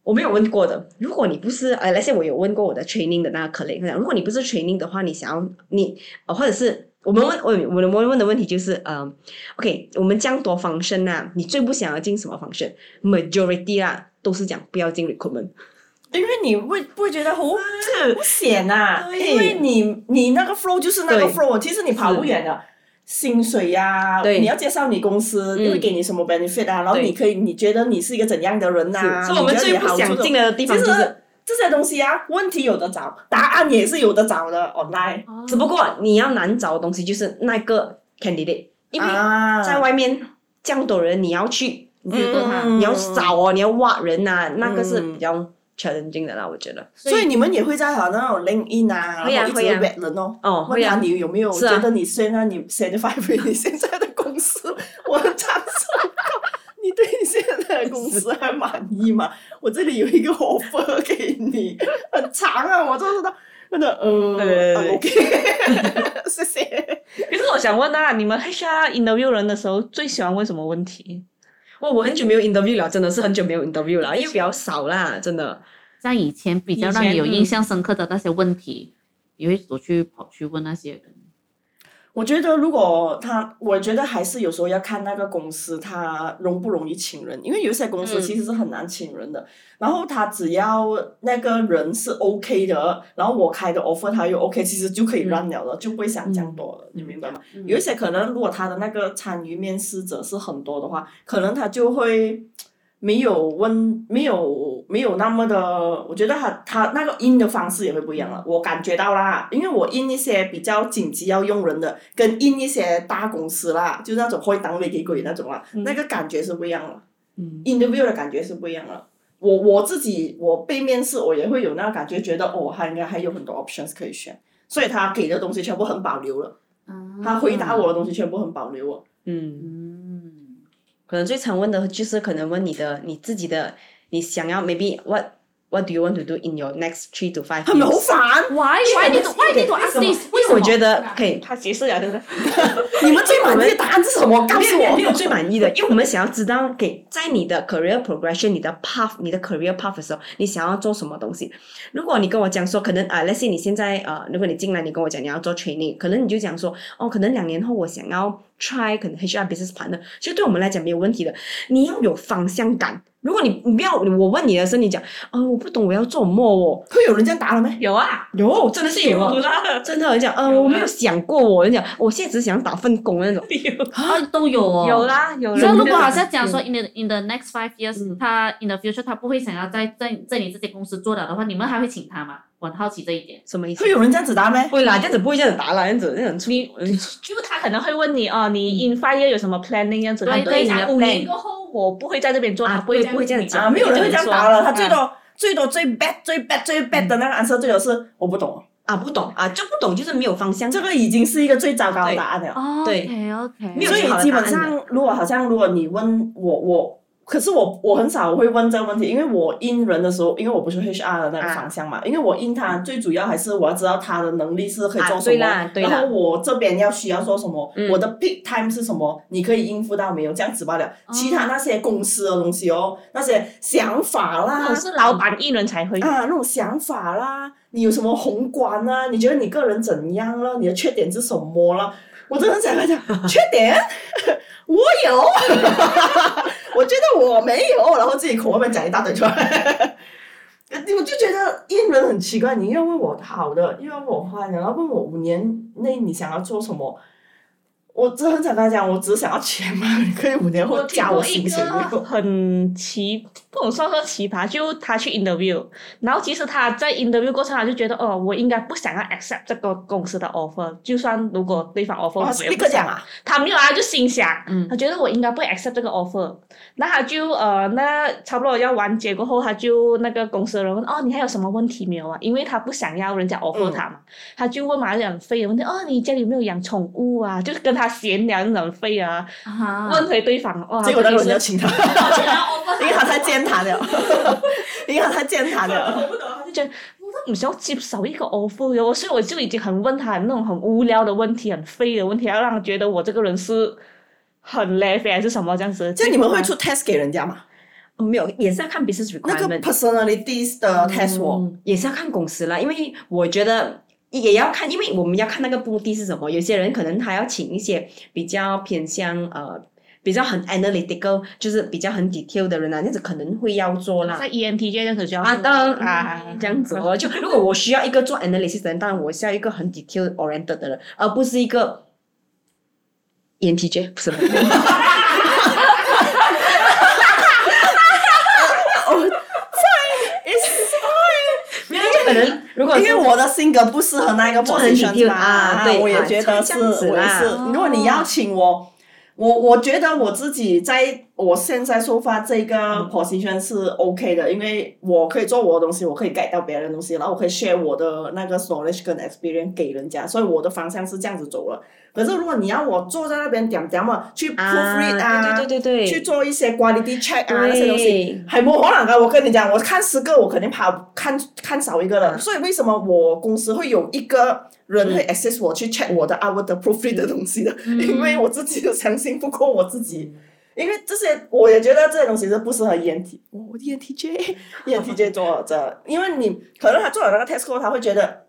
我没有问过的。如果你不是呃，那些我有问过我的 training 的那个 colleague，他讲如果你不是 training 的话，你想要你呃，或者是我们问我我们问的问题就是呃，OK，我们这样多 function 啊，你最不想要进什么 function？majority 啊，都是讲不要进 recruitment。因为你会不会觉哦得好好险啊？对因为你你那个 flow 就是那个对 flow，其实你跑不远的。薪水呀、对你要介绍你公司、嗯会给你什么 benefit 啊？然后对你可以，你觉得你是一个怎样的人呐、啊？是所以我们你觉得最你不好想处进的地方其就实是。这些东西啊，问题有的找，答案也是有的找的，online。只不过你要难找的东西就是那个 candidate，因为啊，在外面这样多人，你要去，嗯你要找哦，你要挖人呐、那个是嗯比较 challenging 的啦，我觉得。所以你们也会在好那种 LinkedIn 啊，会啊然后一会直啊 vet 人哦。哦，问会他啊，你有没有是啊觉得你现在你 satisfied with 你现在的公司？ (laughs) 我很常说，你对你现在的公司还满意 (laughs) 吗？我这里有一个 offer 给你，很长啊，我就是到真的，嗯对对对嗯，OK，谢谢。可是我想問啊，你們 HR interview 人的時候最喜歡問什麼問題？哇，哦我很久没有 interview 了，真的是很久没有 interview 了，因为比较少啦，真的。在以前比较以让前你有嗯印象深刻的那些问题，你会走去跑去问那些人。我觉得如果他，我觉得还是有时候要看那个公司他容不容易请人，因为有一些公司嗯其实是很难请人的。然后他只要那个人是 OK 的，然后我开的 offer 他又 OK，其实就可以 run 了了，就不会想这样多了，你明白吗？有一些可能如果他的那个参与面试者是很多的话，可能他就会。没有温，没有没有那么的，我觉得他他那个 in 的方式也会不一样了，我感觉到啦，因为我 in 一些比较紧急要用人的，跟 in 一些大公司啦，就是那种会当你给鬼那种啦，那个感觉是不一样了嗯，interview 的感觉是不一样了。我我自己我被面试，我也会有那个感觉，觉得哦，他应该还有很多 options 可以选，所以他给的东西全部很保留了，啊他回答我的东西全部很保留哦。嗯，嗯，可能最常问的就是可能问你的你自己的，你想要 maybe what what do you want to do in your next three to (laughs) five？他们好 years？烦， why why need to why need to ask this？为什么？我觉 (laughs) 得可以。他解釋了，對不對？你们最满意的答案是什么？告没有诉没有我没。有最满意的，因为我们想要知道，给在你的 career progression、你的 path、你的 career path 的时候，你想要做什么东西。如果你跟我讲说，可能啊、呃、，let's say 你现在呃，如果你进来，你跟我讲你要做 training，可能你就讲说，哦，可能两年后我想要 try 可能 HR business partner，其实对我们来讲没有问题的。你要有方向感。如果你你不要，我问你的时候，你讲，啊、我不懂我要做什么哦。会有人这样答了咩？有啊，有，真的是有啊，啦，真的，你讲，呃，我没有想过我，你讲，我现在只想打份工那种。有啊都有哦，有。啦，有所啦。以如果好像讲说 in the in the next five years，他 in the future 他不会想要在在在你这些公司做了的话，你们还会请他吗？我很好奇这一点。什么意思会？有人这样子答咩？会啦，这样子不会这样子打啦，这样子那种出你就他可能会问你哦，你 in five year 有什么 planning 这样子？对你对你你讲的五 plan 年过后我不会在这边做，啊他不会对不会这嗯样子讲啊，没有人会这样答了。他最啊多最多最 bad 最 bad 最 bad 的那个 answer 最多是我不懂，啊，不懂啊，就不懂，就是没有方向。啊这个已经是一个最糟糕的答案了。哦对，OK OK，没有所以最好的基本答案上，如果好像如果你问我我。可是我我很少会问这个问题，因为我因人的时候，因为我不是 HR 的那个啊方向嘛，因为我因他最主要还是我要知道他的能力是可以做啊，什对么，啦，对然后啦，我这边要需要做什么，嗯我的 peak time 是什么，你可以应付到没有这样子罢了。哦其他那些公司的东西哦，那些想法啦，我啊是老板一人才会。 (laughs) 啊，那种想法啦，你有什么宏观啦？你觉得你个人怎样了？你的缺点是什 (laughs) (laughs) 么了？我真的想来讲缺点，我有，我我没有，然后自己口外面讲一大堆出来。 (laughs) 我就觉得艺人很奇怪，你要问我好的，又要问我坏的，然后问我五年内你想要做什么。我真的很想跟他讲，我只想要钱嘛，你可以五年后我听加我过一薪水个没有很奇，不能算说奇葩，就他去 interview，然后其实他在 interview 过程他就觉得，哦，我应该不想要 accept 这个公司的 offer，就算如果对方 offer，哇，我也立不刻讲。想啊！他没有啊，就心想，嗯他觉得我应该不会 accept 这个 offer，那他就呃，那差不多要完结过后，他就那个公司的人问，哦，你还有什么问题没有啊？因为他不想要人家 offer 嗯他嘛，他就问马两费的问题，哦，你家里有没有养宠物啊？就是跟他闲聊两费啊，啊，问回对方，哦哇，结果那个人真要的是请他， (laughs) 因为他太健谈了， (laughs) 因为他太健谈了。 (laughs) 我都唔想接受一个 offer 嘅，所以我就已经很问他那种很无聊的问题、很废的问题，要让他觉得我这个人是很 l e v y 还是什么这样子。这样结你果们会他出 test 给人家吗？没有，也是要看 business 那个 requirement，、 personalities 的 test 我，嗯也是要看公司啦，因为我觉得。也要看，因为我们要看那个目的是什么。有些人可能他要请一些比较偏向呃，比较很 analytical，就是比较很 detail 的人啊，那样子可能会要做啦。在 E ENTJ 这样子就要啊，做当 (laughs) 啊啊，这样子哦。就如果我需要一个做 analysis 的人，当然我需要一个很 detail oriented 的人，而不是一个 E ENTJ，不 (laughs) 是吗？没有，就可能如 (laughs) 果因为我的性格不适合那一个做很 position detail，嘛，啊对我也觉啊得是，这样子我也啦哦是。如果你邀请我，我我觉得我自己在我现在说法这个嗯 position 是 OK 的，因为我可以做我的东西，我可以改到别人的东西，然后我可以 share 我的那个 knowledge 跟 experience 给人家，所以我的方向是这样子走了。可是如果你要我坐在那边点点嘛，去 proofread 啊，对对对对去对，做一些 quality check 啊那些东西，对还没可能啊！我跟你讲，我看十个，我肯定怕看看少一个了。所以为什么我公司会有一个人会 access 我去 check 我的 o u r 的 proofread 的东西的？因为我自己都相信不过我自己。因为这些，我也觉得这些东西是不适合 E ENT，我的 ENTJ ENTJ 做这，因为你可能他做了那个 test 过后，他会觉得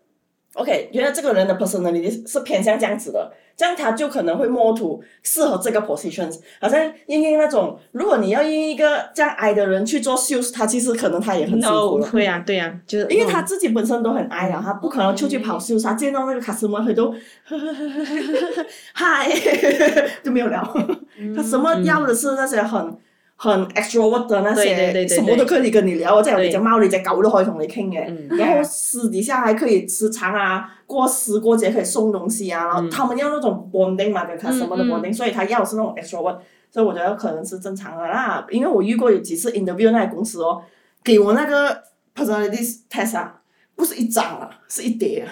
，OK，原来这个人的 personality 是偏向这样子的，这样他就可能会 more to 适合这个 positions。好像英英那种，如果你要用一个这样矮的人去做 sales，他其实可能他也很辛苦 no，了。对呀、对呀、啊就是因为他自己本身都很矮了，他不可能出去跑 sales，他见到那个 customer 他都 (laughs) 嗨 (laughs) 就没有聊，嗯他什么要的是那些很很 extrovert 的那嗯对对些，对對什么都可以跟你聊，即係你只貓你只狗都可以同你傾嘅，嗯然後私底下還可以吃茶啊，過時過節可以送東西啊，然嗯後他們要那種 bonding 嘛，跟他什麼的嗯嗯 bonding，所以他要的是那種 extrovert，所以我覺得可能是正常的啦，因為我遇過有幾次 interview 那些公司哦，給我那個 personality test 啊，不是一張啊，是一疊啊，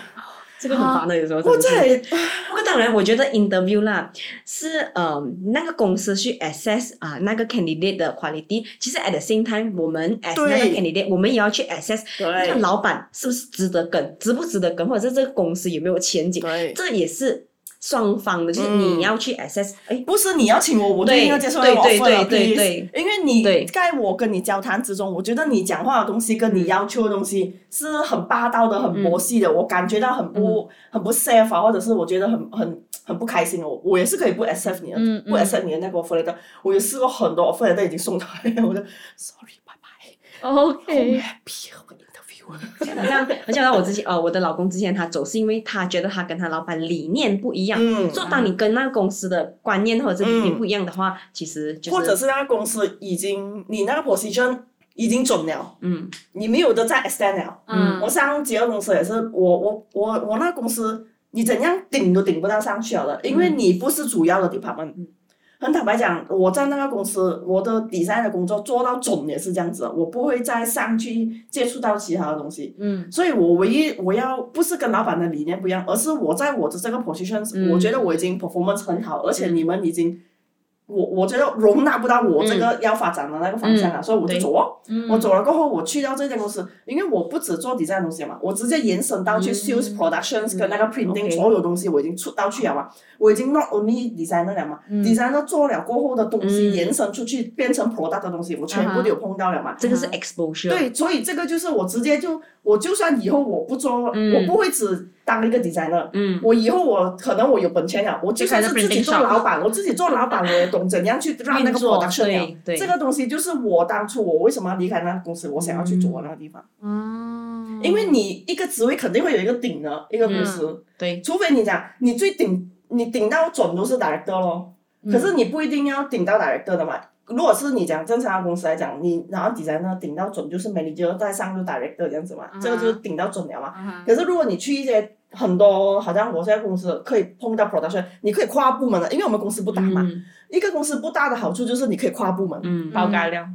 这个很烦的，有时候真我的是。真係不过当然，我觉得 interview 啦是呃那个公司去 assess 啊、那个 candidate 的 quality。其实 at the same time，我们 as 对那个 candidate，我们也要去 assess 那个对老板是不是值得跟，值不值得跟，或者是这个公司有没有前景，对，这也是双方的，就是嗯你要去 assess，哎、不是你要请我，我就一定要接受那个对 offer 了对对 please 对因为你对在我跟你交谈之中，我觉得你讲话的东西跟你要求的东西是很霸道的、很佛系的，我感觉到很不、嗯很不 safe 啊，或者是我觉得很很很不开心哦。我也是可以不 accept 你的，嗯嗯不 accept 你的那个 offer letter。我有试过很多 offer letter 已经送到 (laughs) 来了，我就哎 sorry，拜拜 OK， ，happy 我 interview 了。好像好像我之前呃我的老公之前他走是因为他觉得他跟他老板理念不一样。嗯所以当你跟那个公司的观念或者是理念不一样的话，其实就是或者是那个公司已经你那个 position 已经准了，嗯你没有得再 extend 了。嗯我上几个公司也是，我我我我那公司，你怎样顶都顶不到上去了嗯的，因为你不是主要的 department。很坦白讲，我在那个公司，我的 design 的工作做到总也是这样子的，我不会再上去接触到其他的东西。嗯所以我唯一我要不是跟老板的理念不一样，而是我在我的这个 position，、嗯我觉得我已经 performance 很好，而且你们已经，我我觉得容纳不到我这个要发展的那个方向了，所以我就对走哦。嗯，我走了过后，我去到这间公司，因为我不只做 design 的东西嘛，我直接延伸到去嗯 sales productions 跟那个 printing OK 所有东西，我已经出到去了嘛，我已经 not only design 了嘛嗯，design 了做了过后的东西嗯延伸出去嗯变成 product 的东西，我全部都有碰到了嘛。这个是 exposure，对，所以这个就是我直接就我就算以后我不做，嗯我不会只当一个 designer。嗯，我以后我可能我有本钱了，我就算是自己做老板，我自己做老板我也懂怎样去让那个 production 了。对对，这个东西就是我当初我为什么要离开那个公司，我想要去做那个地方，嗯，因为你一个职位肯定会有一个顶的一个公司，对，除非你讲你最顶，你顶到准都是 director 咯，可是你不一定要顶到 director 的嘛。如果是你讲正常的公司来讲，你然后 designer 顶到准就是 manager 再上就 director 这样子嘛，嗯这个就是顶到准了嘛。嗯哼可是如果你去一些很多，好像我现在公司可以碰到 production，你可以跨部门的，因为我们公司不大嘛。嗯一个公司不大的好处就是你可以跨部门，嗯包干了，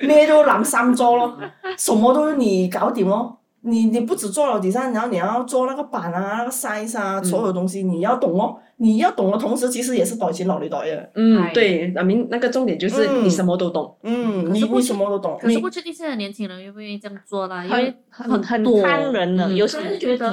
咩都揽三桌咯，什么都你搞掂咯。你你不只做了底下，然后你要做那个板啊、那个 size 啊，所有东西你要懂哦。你要懂的同时，其实也是袋钱落你袋嘅。嗯，对，阿明那个重点就是嗯你什么都懂，嗯，可你是不你什么都懂，可是你不确定现在年轻人愿不愿意这样做啦，因为很很很多看人的，嗯有些人觉得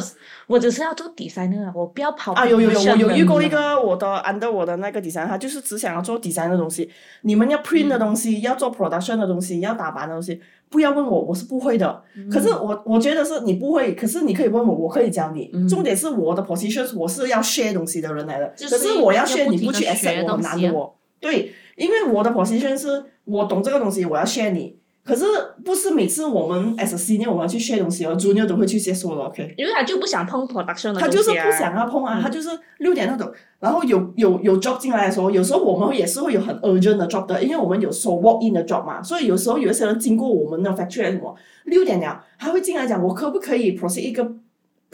我只是要做 designer，啊我不要跑啊有有有，我 production 有遇过的一个我的 under 我的那个 design，他就是只想要做 design 的东西，你们要 print 的东西，要嗯做 production 的东西，要打版的东西，不要问我，我是不会的。嗯可是我我觉得是你不会，可是你可以问我，我可以教你。嗯重点是我的 positions 我是要 share 东西的人来的，就可是是我要 share 要不你停地不去学 accept 我很东西啊难的我。对，因为我的 position 是我懂这个东西，我要 share 你。可是不是每次我们 as a senior 我们要去 share 东西，而 junior 都会去接受了，OK？因为他就不想碰 production 的他东就是西啊不想要碰啊，他就是六点那种。然后有有有 job 进来的时候，有时候我们也是会有很 urgent 的 job 的，因为我们有时候 walk in 的 job 嘛，所以有时候有一些人经过我们的 factory 还是什么，六点了，他会进来讲我可不可以 proceed 一个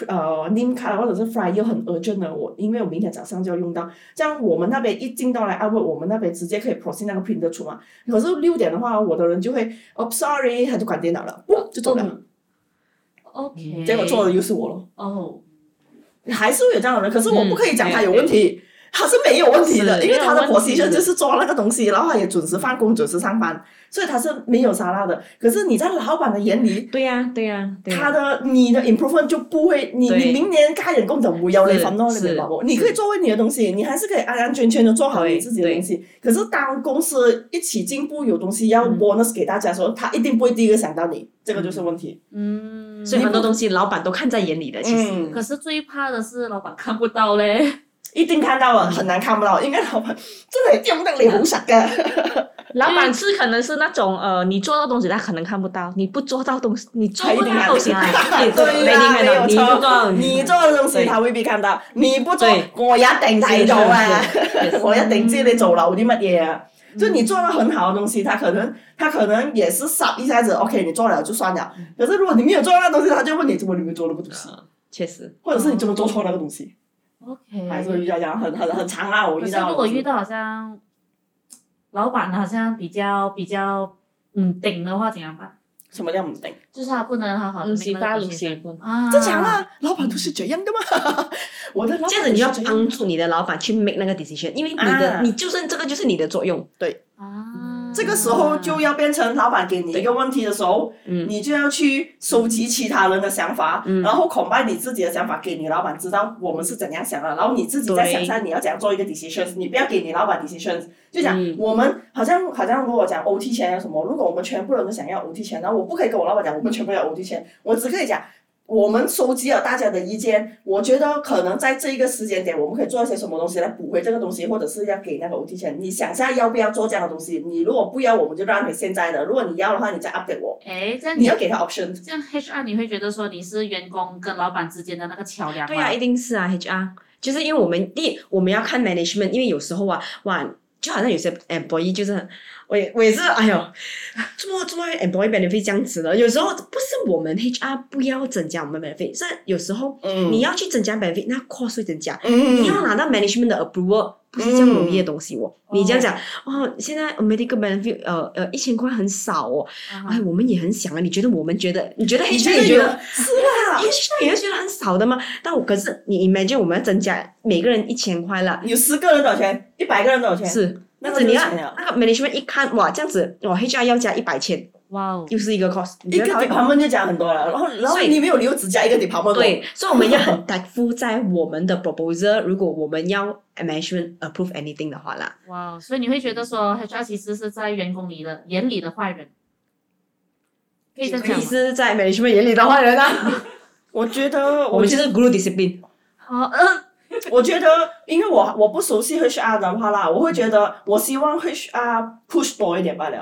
呃 name card 或者是 fly 又很 urgent 的，我因为我明天早上就要用到，这样我们那边一进到来 o u 我们那边直接可以 proceed 那个 print 得出嘛。可是六点的话，我的人就会哦 sorry，他就关电脑了，不就走嗯了， OK，结果做的又是我咯。哦，还是会有这样的人，可是我不可以讲他有问题，他是没有问题的，是因为他的没有问题 position 的就是做那个东西，然后他也准时放工、准时上班，所以他是没有沙拉的。可是你在老板的眼里，对呀对呀，对呀他的你的 improvement 就不会，你对你明年加人工就唔會有你份咯，是你明白冇？是你可以做回你的東西，你還是可以安安全全的做好你對自己的東西。可是當公司一起進步，有東西要 bonus 給大家的時候，他一定不會第一個想到你，這個就是問題。嗯，所以很多东西老板都看在眼里的，其实。嗯可是最怕的是老板看不到 (laughs) 嘞，一定看到了，很難看不到，應該老闆真係盯得你好實嘅。老板是可能是那种呃，你做到东西他可能看不到，你不做到东西，你做他一不定看到不东西到 (laughs) 他对对没啦没听到你有不错做，你做的東西他未必看到，你不做對我一定睇到啊！是嗯是 (laughs) 我一定知你做漏啲乜嘢啊！就你做了很好的东西，他可能他可能也是傻一下子，OK，你做了就算了。可是如果你没有做那东西，他就问你怎么你没做那个东西，确实，或者是你怎么做错那个东西，哦嗯，OK，还是遇到这样很很很长啊，我可遇是到。如果遇到好像老板好像比较比较嗯顶的话，怎样办？什么叫唔定？就是他不能好好的嗯，媳妇啊，那如媳个妇。啊，正常啊，老板都是这样的嘛。 (laughs) 我的老板这样子你就要都是这样帮助你的老板去 make 那个 decision，因为你的、啊你就算这个就是你的作用，啊，嗯这个时候就要变成老板给你一个问题的时候，嗯你就要去收集其他人的想法，嗯然后 combine 你自己的想法给你老板知道我们是怎样想的，然后你自己再对想象你要怎样做一个 decisions，你不要给你老板 decisions，就讲、嗯我们好像好像如果我讲 OT 钱有什么，如果我们全部人都想要 OT 钱，然后我不可以跟我老板讲我们全部要 OT 钱，我只可以讲。我们收集了大家的意见，我觉得可能在这一个时间点，我们可以做一些什么东西来补回这个东西，或者是要给那个 OT 钱。你想一下要不要做这样的东西？你如果不要，我们就让你现在的；如果你要的话，你再 update 我。哎，嗯这样你你要给他 option。这样 HR 你会觉得说你是员工跟老板之间的那个桥梁吗对呀、一定是啊，HR，就是因为我们第一我们要看 management，因为有时候啊，哇，就好像有些 employee 就是，我也我也是，哎呦，怎么怎么 employee benefit 这样子的，有时候不是我们 HR 不要增加我们 benefit，是有时候嗯你要去增加 benefit，那 cost 会增加，嗯你要拿到 management 的 approval。不是这样容易的东西哦，嗯你这样讲，哦，现在 medical benefit，呃呃，一千块很少哦，啊哈哎，我们也很想啊，你觉得我们觉得，你觉得嗯你 HR 觉得也觉有得是啦， HR 也会觉得很少的吗？但我可是你 imagine 我们要增加每个人一千块了，有十个人多少钱？一百个人多少钱？是，那那个子你就要是钱了啊那个 management 一看，哇，这样子，哇 HR 要加一百千，哇哦，又是一个 cost，嗯你一觉个得他会 department 就讲很多了，然后然后所以你没有理由只加一个 department 哦。 (laughs) 对，所以我们要很 tactful 在我们的 proposal，如果我们要 management approve anything 的话啦，哇哦，所以你会觉得说 HR 其实是在员工里的眼里的坏人，可以再你讲吗？是在 management 眼里的坏 (laughs) 人啊！我觉得，我我们觉就是 group discipline，哦，嗯， (laughs) 我觉得，因为我我不熟悉 HR 的话啦，我会觉得我希望 HR push 多一点罢了。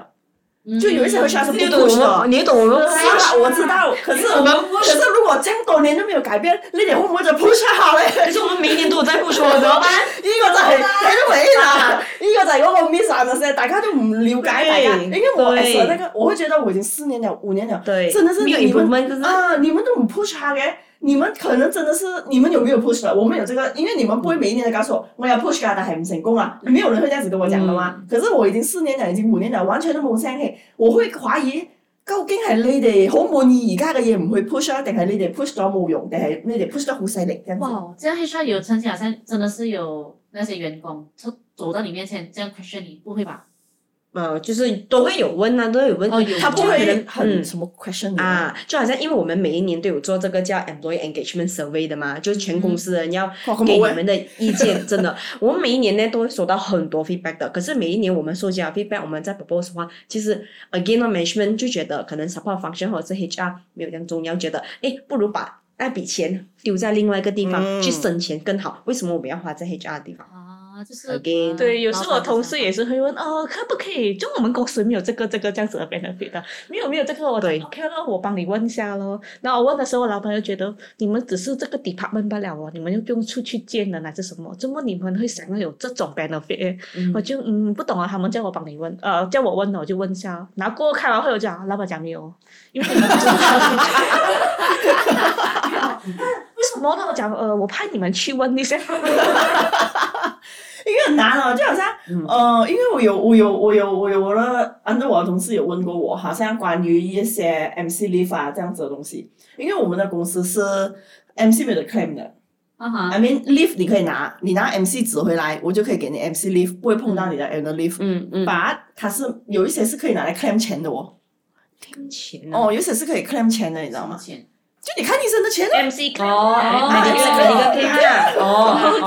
嗯就有一些 HR 是不你懂 push 我们，的。你懂我们是啊啦，我知道，可是我们可是如果这样多年都没有改变，你哋会唔会就 push 下咧？ (laughs) 可是我们明年都有在不说的。哦呢個就係睇到尾啦，呢個就係嗰個 miss u n d e r s t a n 大家都唔了解大家。因為我對 as a 那個，我會覺得我已經四年了、五年了，对，真的是没有你们 improvement，就是啊，你們都唔 push 下嘅，你們可能真的是你們有沒有 push 的？我們有這個，因為你們不會每一年都告訴我我要 push 啊，但係唔成功啊，沒有人會這樣子跟我講的嘛。可是我已經四年了，已經五年了，完全都冇聲氣，我會懷疑。究竟係你哋好滿意而家嘅嘢唔去 push 啊，定係你哋 push 咗冇用，定係你哋 push 得好犀利？咁樣哇，这样 HR 有曾经好像真的是有那些员工走走到你面前这样 question 你，不会吧？呃，就是都会有问啊，都会有问。哦，有他不就可会能很嗯什么 question 你啊，就好像因为我们每一年都有做这个叫 employee engagement survey 的嘛，就是全公司的人要哇，咁给你好啊们的意见，真的， (laughs) 我们每一年呢都会收到很多 feedback 的。可是每一年我们收集了 feedback，我们在 propose 的话，其实 again 呢 management 就觉得可能 support function 或者是 HR 没有这样重要，觉得哎，不如把那笔钱丢在另外一个地方、嗯去生钱更好。为什么我们要花在 HR 的地方？啊，就是呃 Again 对，有老时板我的想同事法也是会问，哦，可不可以？就我们公司没有这个这个这样子的 benefit 的，没有没有这个，我讲对 OK 咯，我帮你问一下咯。然后我问的时候，我老板就觉得你们只是这个 department 罢了哦，你们又不用出去见人还是什么？怎么你们会想要有这种 benefit？、嗯我就嗯不懂啊，他们叫我帮你问，呃，叫我问了我就问一下哦。然后过后开完会我就讲，老板讲没有哦，因为你们就是为什么呢？我讲呃，我派你们去问一下。因为很难哦，就好像、呃，因为我有我有我有我有我的，按照我的同事有问过我，好像关于一些 MC leave 啊这样子的东西，因为我们的公司是 MC 没有得 claim 的啊哈， ，I mean leave 你可以拿，你拿 MC 纸回来，我就可以给你 MC leave，不会碰到你的 annual leave。嗯嗯，把它是有一些是可以拿来 claim 钱的哦，听钱嗯啊哦，有一些是可以 claim 钱的，你知道吗？钱就你看医生的钱嗯哦， MC 哦，哎哎，你这这个你个你个可以个可以看看哦。 OK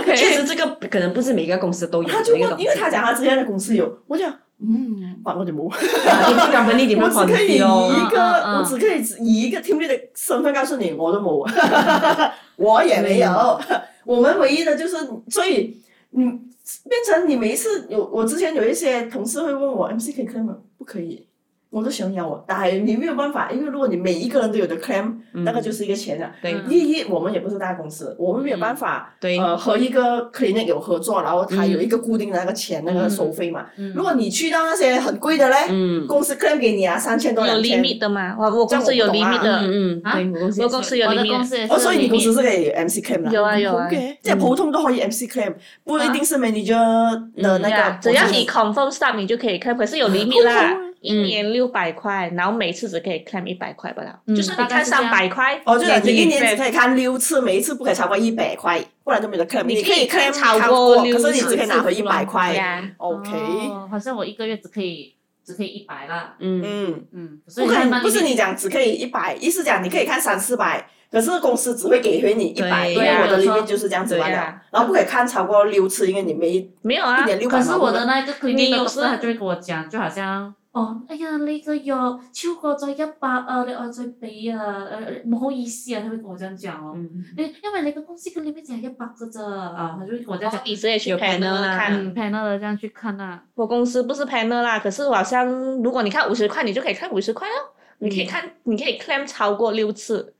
OK 确 OK，实，这个可能不是每个公司都有他就这个东问，西。因为他讲他之前的公司有，我讲嗯，反正我就冇。你不敢本地点我会只可以以哦。一个，嗯嗯嗯我只可以以一个 team lead 的身份告诉你，我都冇， (laughs) 我也没有。我们唯一的就是，所以你变成你每一次有，我之前有一些同事会问我，MC 可以 claim 吗？啊不可以，我都想要啊，但系你没有办法，因为如果你每一个人都有的 claim，、那个就是一个钱了。对嗯第一，我们也不是大公司，我们没有办法、对呃和一个 clinic 有合作，然后它有一个固定的那个钱、那个收费嘛。嗯如果你去到那些很贵的嘞。嗯公司 claim 给你啊，三千多有两千。 limit 的嘛？我我公司有这样我不 limit 懂的，嗯啊嗯，对，我我公公司司也有我的 limit 公。司也是哦，所以你公 limit 司是可以 MC claim 啦。有啊有啊 OK，即係普通都可以 MC claim，不一定是 manager 的那呀个。嗯啊只要你 confirm stop，你就可以 claim，可是有 (laughs) limit 啦，哦一年六百块，然后每次只可以 claim 一百块不了，嗯就是你大概看是这样上百块，哦，就你是你一年只你可以看六次，每一次不可以超过一百块，不然就没得 claim。你可以可以 claim 超过过，六可次是你只可以拿回一百块。呀 OK，哦好像我一个月只可以只可以一百啦，嗯嗯，嗯，所不以可慢以，慢不是地你讲只可以一百，意思讲你可以看三四百，可是公司只会给回你一百，因对为呀我的没错 limit 就是这样子罢对了呀。然后不可以看超过六次，因为你没一没有啊，点六百可毛。是我的那个 clinic 你有的时 doctor 他就会跟我講，就好像哦，哎呀，你個藥超過咗一百啊，你愛再俾啊，誒、唔好意思啊，他會跟我這樣講哦。嗯，你因為你個公司嘅 limit 只係一百嘅咋啊，他就會跟我這樣然后講。你直接去有 panel 啦哦看。嗯，panel 的這樣去看啊。我公司不是 panel 啦，可是我好像如果你看五十块，你就可以看五十块哦，你可以看，你可以 claim 超过六次，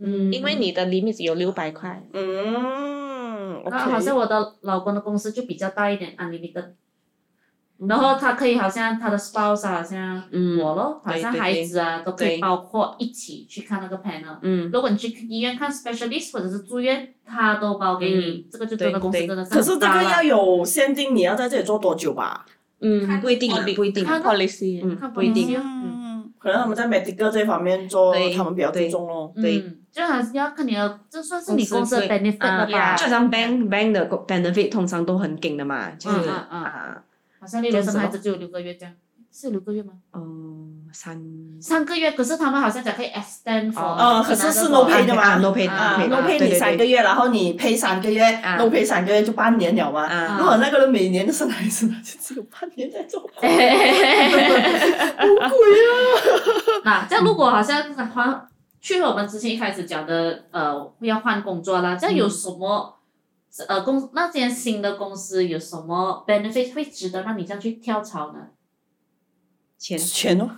嗯，因为你的 limit 有六百块。嗯那好像，OK，我的老公的公司就比较大一啊點，unlimited。然后他可以好像他的 spouse 啊，好像嗯我咯，好对像对孩对子啊都可以对包括一起去看那个 panel。嗯，如果你去医院看 specialist 或者是住院，他都包给你，这个就真的对公司对真的是可是很这大个了要有限定，你要在这里做多久吧？嗯，不一定，不一定，看 policy，嗯，不一定，嗯，可能他们在 medical 这方面做，对他们比较注重咯。对嗯，就还是要看你的，这算是你公公司司的 benefit 啊了吧？就好像 bank bank 的 benefit 通常都很紧的嘛，就是嗯嗯嗯啊， (laughs) 好像你这的样子生咯孩子只有六个月这样，是六个月吗？嗯，三三个月，可是他们好像讲可以 extend for，呃可是是 no pay 的嘛啊，no pay 啊啊 no ，no pay， pay 你三个月月，然后你 pay 三个月啊，no pay 三个月就半年了嘛。啊如果那个人每年都生 (laughs) (laughs) 孩子，那就只有半年在做，好然 (laughs) 贵啊！那这样如果好像换去我们之前一开始讲的，呃，要换工作啦，这样有什么？呃，公那间新的公司有什么 benefit 会值得让你这样去跳槽呢？钱钱哦，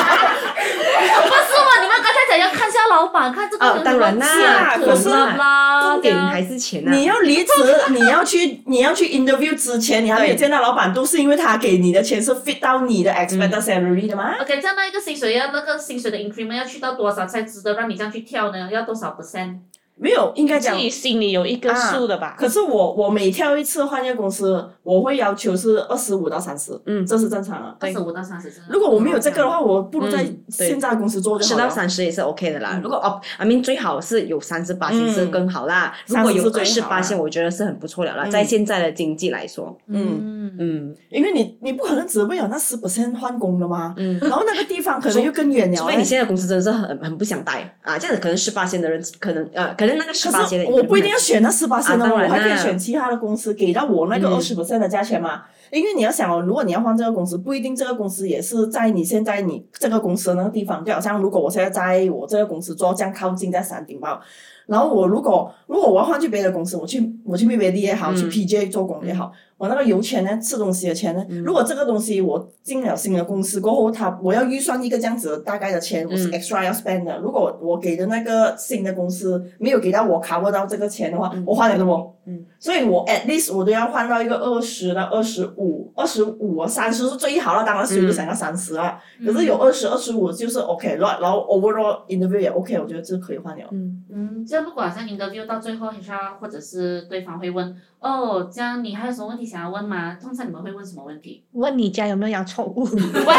不是嘛？你们刚才讲要看一下老板，看这个哦人，当然啦，啊可可是是啦，重点这样还是钱你啊。要离职， (laughs) 你要去你要去 interview 之前，你还没有对见到老板，都是因为他给你的钱是 fit 到你的 expected salary 的嘛。 OK，这样那一个薪水要那个薪水的 increment 要去到多少才值得让你这样去跳呢？要多少 percent？没有，应该自讲己心里有一个数的吧。可是我我每跳一次换一个公司，我会要求是二十五到三十，嗯这是正常的。二十五到三十真的。如果我没有这个的话，我不如在嗯对现在的公司做就十好嗯到了。三十也是 OK 的啦。如果哦，I mean 最好是有三十八线是更好啦。如果30有嗯是二最十好八啦线，我觉得是很不错了啦。嗯在现在的经济来说，嗯嗯，嗯因为你你不可能只为了那十 percent 换工的嘛，嗯。然后那个地方可能又更 (laughs) 远了。除非你现在公司真的是很很不想待啊，这样子可能十八线的人可能呃，可能那个十八可线的是人我不一定要选那十八啊的嘛，当然我啦还可以选其他的公司给到我那个嗯二十的价钱嘛。因为你要想哦，如果你要换这个公司，不一定这个公司也是在你现在你这个公司的那个地方。就好像如果我现在在我这个公司做这样靠近在山顶吧，然后我如果如果我要换去别的公司，我去我去 m v d 也好，嗯去 PJ 做工也好，我那个油钱呢，吃东西的钱呢，嗯如果这个东西我进了新的公司过后，他我要预算一个这样子的大概的钱，我是嗯 extra 要 spend 的。如果我给的那个新的公司没有给到我 cover 到这个钱的话，我换了的哦。嗯，所以我 at least 我都要换到一个二十到二十五，二十五啊三十是最好了，当然嗯谁都想要三十啊。可是有二十二十五就是 OK 了，然后 overall interview 也 OK，我觉得这可以换了。嗯，这样如果好像 interview 到最后，HR 或者是对方会问，哦，这样你还有什么问题想要问吗？通常你们会问什么问题？问你家有没有养宠物？喂，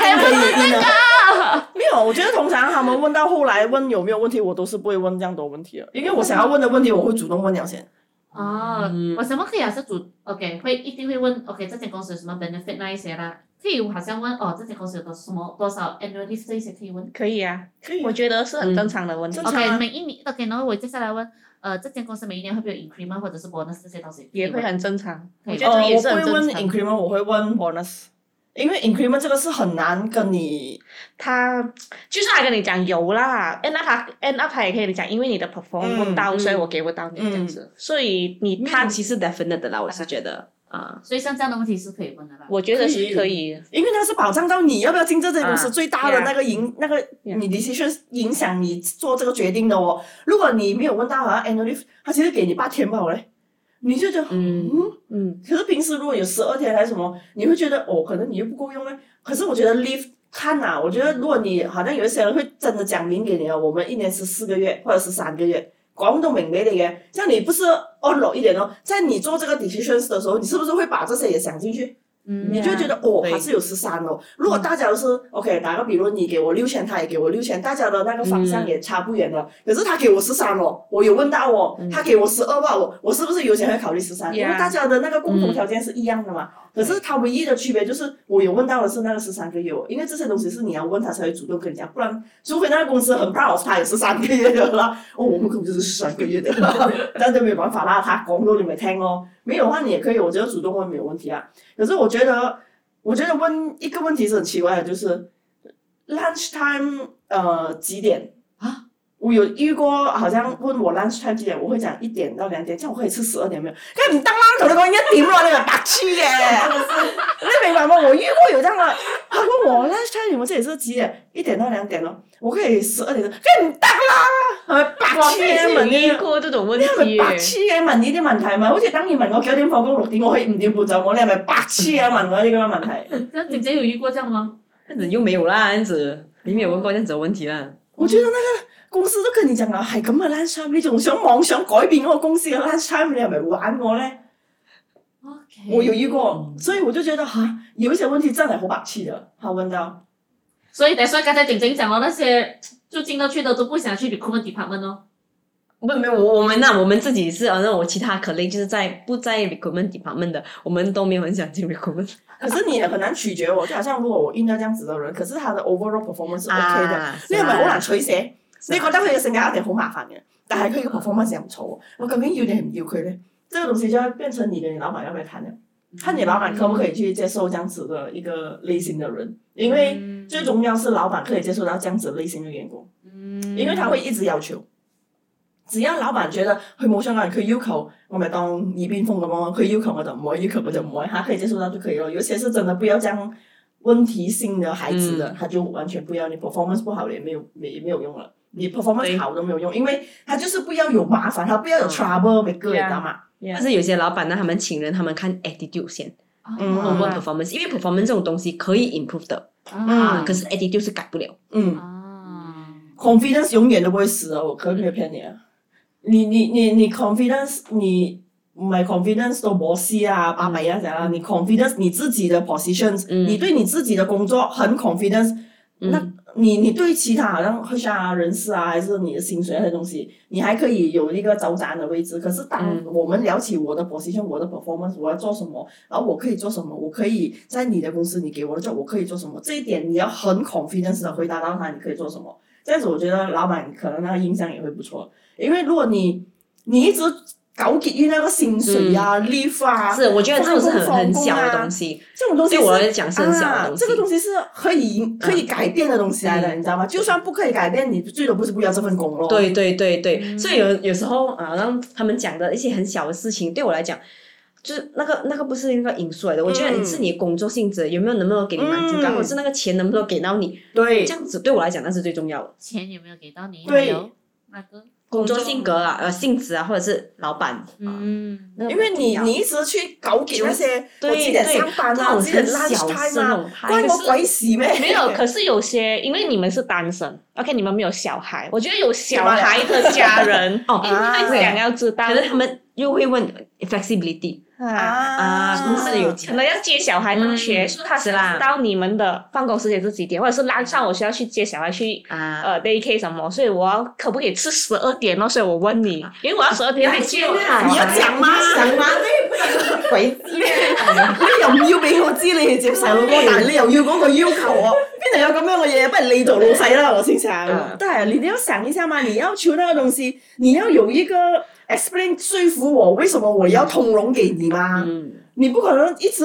可以呢？ (laughs) 没有，我觉得通常他们问到后来问有没有问题，我都是不会问这样多问题的，因为我想要问的问题，我会主动问了先。哦，嗯嗯我什么可以啊？是主 OK 会一定会问 OK 这间公司有什么 benefit 那一些啦，可以好像问哦这间公司有多什么多少 annual leave 这一些可以问。可以啊，可以我觉得是很正常的问嗯，题正常 OK，啊每一年 OK，然后我接下来问，呃，这间公司每一年会不会有 increment 或者是 bonus 这些东西？也会啊很正常。哦可我以觉吧得呃，这我也不是很会问正常。 increment，我会问 bonus，因为 increment 这个是很难跟你他就算他跟你讲有啦，end up 他 end up 他也可以跟你讲，因为你的 perform 不到，嗯所以我给不到你这样子。所以你他他，其实 definite 的啦，我是觉得啊，所以像这样的问题是可以问的啦。我觉得可是以可以。因为它是保障到你要不要进这间公司啊最大的那个影、那个 Yeah 你 decision 影响你做这个决定的哦。如果你没有问到好像 annual leave，他其实给你八天吧，嘞，你就觉得嗯嗯嗯，可是平时如果有十二天还是什么，你会觉得哦，可能你又不够用嘞。可是我觉得 leave 看呐、我觉得如果你好像有一些人会真的讲明给你哦，我们一年十四个月或者是三个月，广东明白的耶。这样你不是 on 一点哦，在你做这个 decisions 的时候，你是不是会把这些也想进去？嗯，你就会觉得哦，对还是有十三哦。如果大家都是 OK，打个比如，你给我六千，他也给我六千，大家的那个方向也差不远了。可是他给我十三哦，我有问到哦，他给我十二吧，我我是不是有些会考虑十三？因为 Yeah 大家的那个共同条件是一样的嘛。可是他唯一的区别就是，我有问到的是那个十三个月哦，因为这些东西是你要问他才会主动跟你讲，不然除非那个公司很 proud，他也是三个月的啦。哦，我们公司是十三个月的 (laughs) 啦，但都没有办法啦，他讲都你们听哦。没有的话你也可以，我觉得主动问没有问题啊。可是我觉得，我觉得问一个问题是很奇怪的，就是 lunch time 呃几点啊？我有遇过，好像问我 lunch time 几点，我会讲一点到两点，这样我可以吃十二点没有？看你当啷头的讲一點咯，你個白痴 (laughs) 嘅，你明白嗎？我遇過有這樣啦，他問我 lunch time 你們這裡是幾點？一點到兩點咯，我可以十二點，梗唔得啦，係咪白啊痴嘅問遇呢？过这种问你係题咪耶，白痴嘅問呢啲問題嘛？好似等於問我九點放工六點，我可以五點半走，我你係咪白痴嘅問我呢咁嘅問題？那姐姐有遇过这样吗？这嗯样子又没有啦，这样子你没有问过这样子的问题啦。我覺得那個公司都跟你講啦，係咁嘅 lunch time，你仲想妄想改變嗰個公司嘅 lunch time，你係咪玩我咧？ OK，嗯我有遇過，所以我就覺得哈，有一些問題真係好白痴的。他問到。所以等下刚才景景讲了那些就进得去的都不想去 recruitment department 哦。不，没有我我们那、我们自己是啊，那我其他 colleague 就是在不在 recruitment department 的，我们都没有很想进 recruitment 可是你也很难取决我，就好像如果我遇到这样子的人，可是他的 overall performance 是 OK 嘅，啊，你係咪好難取捨？是啊你覺得佢嘅性格一定好麻煩嘅，但係佢嘅 performance 又唔錯喎，我究竟要定係唔要佢咧？呢個東西就要變成你跟你老闆要不要談了。嗯看你老板可不可以去接受这样子的一个类型的人，因为嗯最重要是老板可以接受到这样子类型的员工，嗯因为他会一直要求。只要老闆覺得佢冇相干，佢要求我咪當耳邊風咁咯。佢要求我就唔可以，要求我就唔可以，他可以接受到就可以咯。有些是真的不要這樣問題性的孩子嗯的，他就完全不要。你 performance 不好了也沒有也也沒有用了，你 performance 对好都沒有用，因為他就是不要有麻煩，他不嗯要有 trouble 每個人， Yeah 知道啊嗎？但是有些老板呢，他们请人，他们看 attitude 先嗯哦，over performance，因为 performance 这种东西可以 improve 的嗯啊，可是 attitude 是改不了。嗯。啊 confidence 永远都不会死啊！我可唔可以骗你啊？你你你你 confidence 你唔係 confidence 都冇事啊，八百啊，怎樣啊？你 confidence 你自己的 positions，、嗯你对你自己的工作很 confidence，、那嗯，你你对其他好像 HR 人事啊，还是你的薪水那些东西，你还可以有一个招展的位置。可是当嗯我们聊起我的 position、我的 performance、我要做什么，然后我可以做什么，我可以在你的公司你给我的 job 我可以做什么，这一点你要很 confidence 的回答到他，你可以做什么。这样子我觉得老板可能那个印象也会不错，因为如果你你一直搞结于那个薪水啊、leave 啊，嗯是，我觉得这种是很放工放很工小的啊东西，这种东西对我是来讲是很小的东西。啊。这个东西是可以可以改变的东西来的，嗯你知道吗？就算不可以改变，你最多不是不要这份工咯。对对对对，嗯所以有有时候啊，让他们讲的一些很小的事情，对我来讲，就是那个那个不是那个因素来的。我觉得嗯是你的工作性质有没有能不能给你满足感，嗯或者是那个钱能不能给到你，对这样子对我来讲那是最重要的。钱有没有给到你？对还有那个，工作性格啊，呃，性质啊，或者是老板，啊，嗯，那个因为重你要你一直去搞给那些对我几点上班那啊，种几点很小哦 lunch time 事那啊，种关我鬼事咩？(laughs) 没有，可是有些，因为你们是单身，OK，你们没有小孩，我觉得有小孩的家 (laughs) 人哦一定会想要知道可能他们又会问 flexibility 啊，啊，公司有可能要接小孩放学，嗯所以他是知啦道你们的办公时间是几点，或者是拉上我需要去接小孩去啊，呃 day k 什么，所以我要可不可以吃十二点哦？所以我问你，因为我要十二点啊才接我的小孩你要啊讲吗？講嗎？鬼知咩？你又唔要俾我知你係接細佬哥，但係你又要嗰個要求我，邊度有咁樣嘅嘢？不如你做老細啦，我先生。嗯對，你要想一下嘛，你要求那個東西，你要有一個 explain 說服我，為什麼我要通融給你嘛？嗯，你不可能一直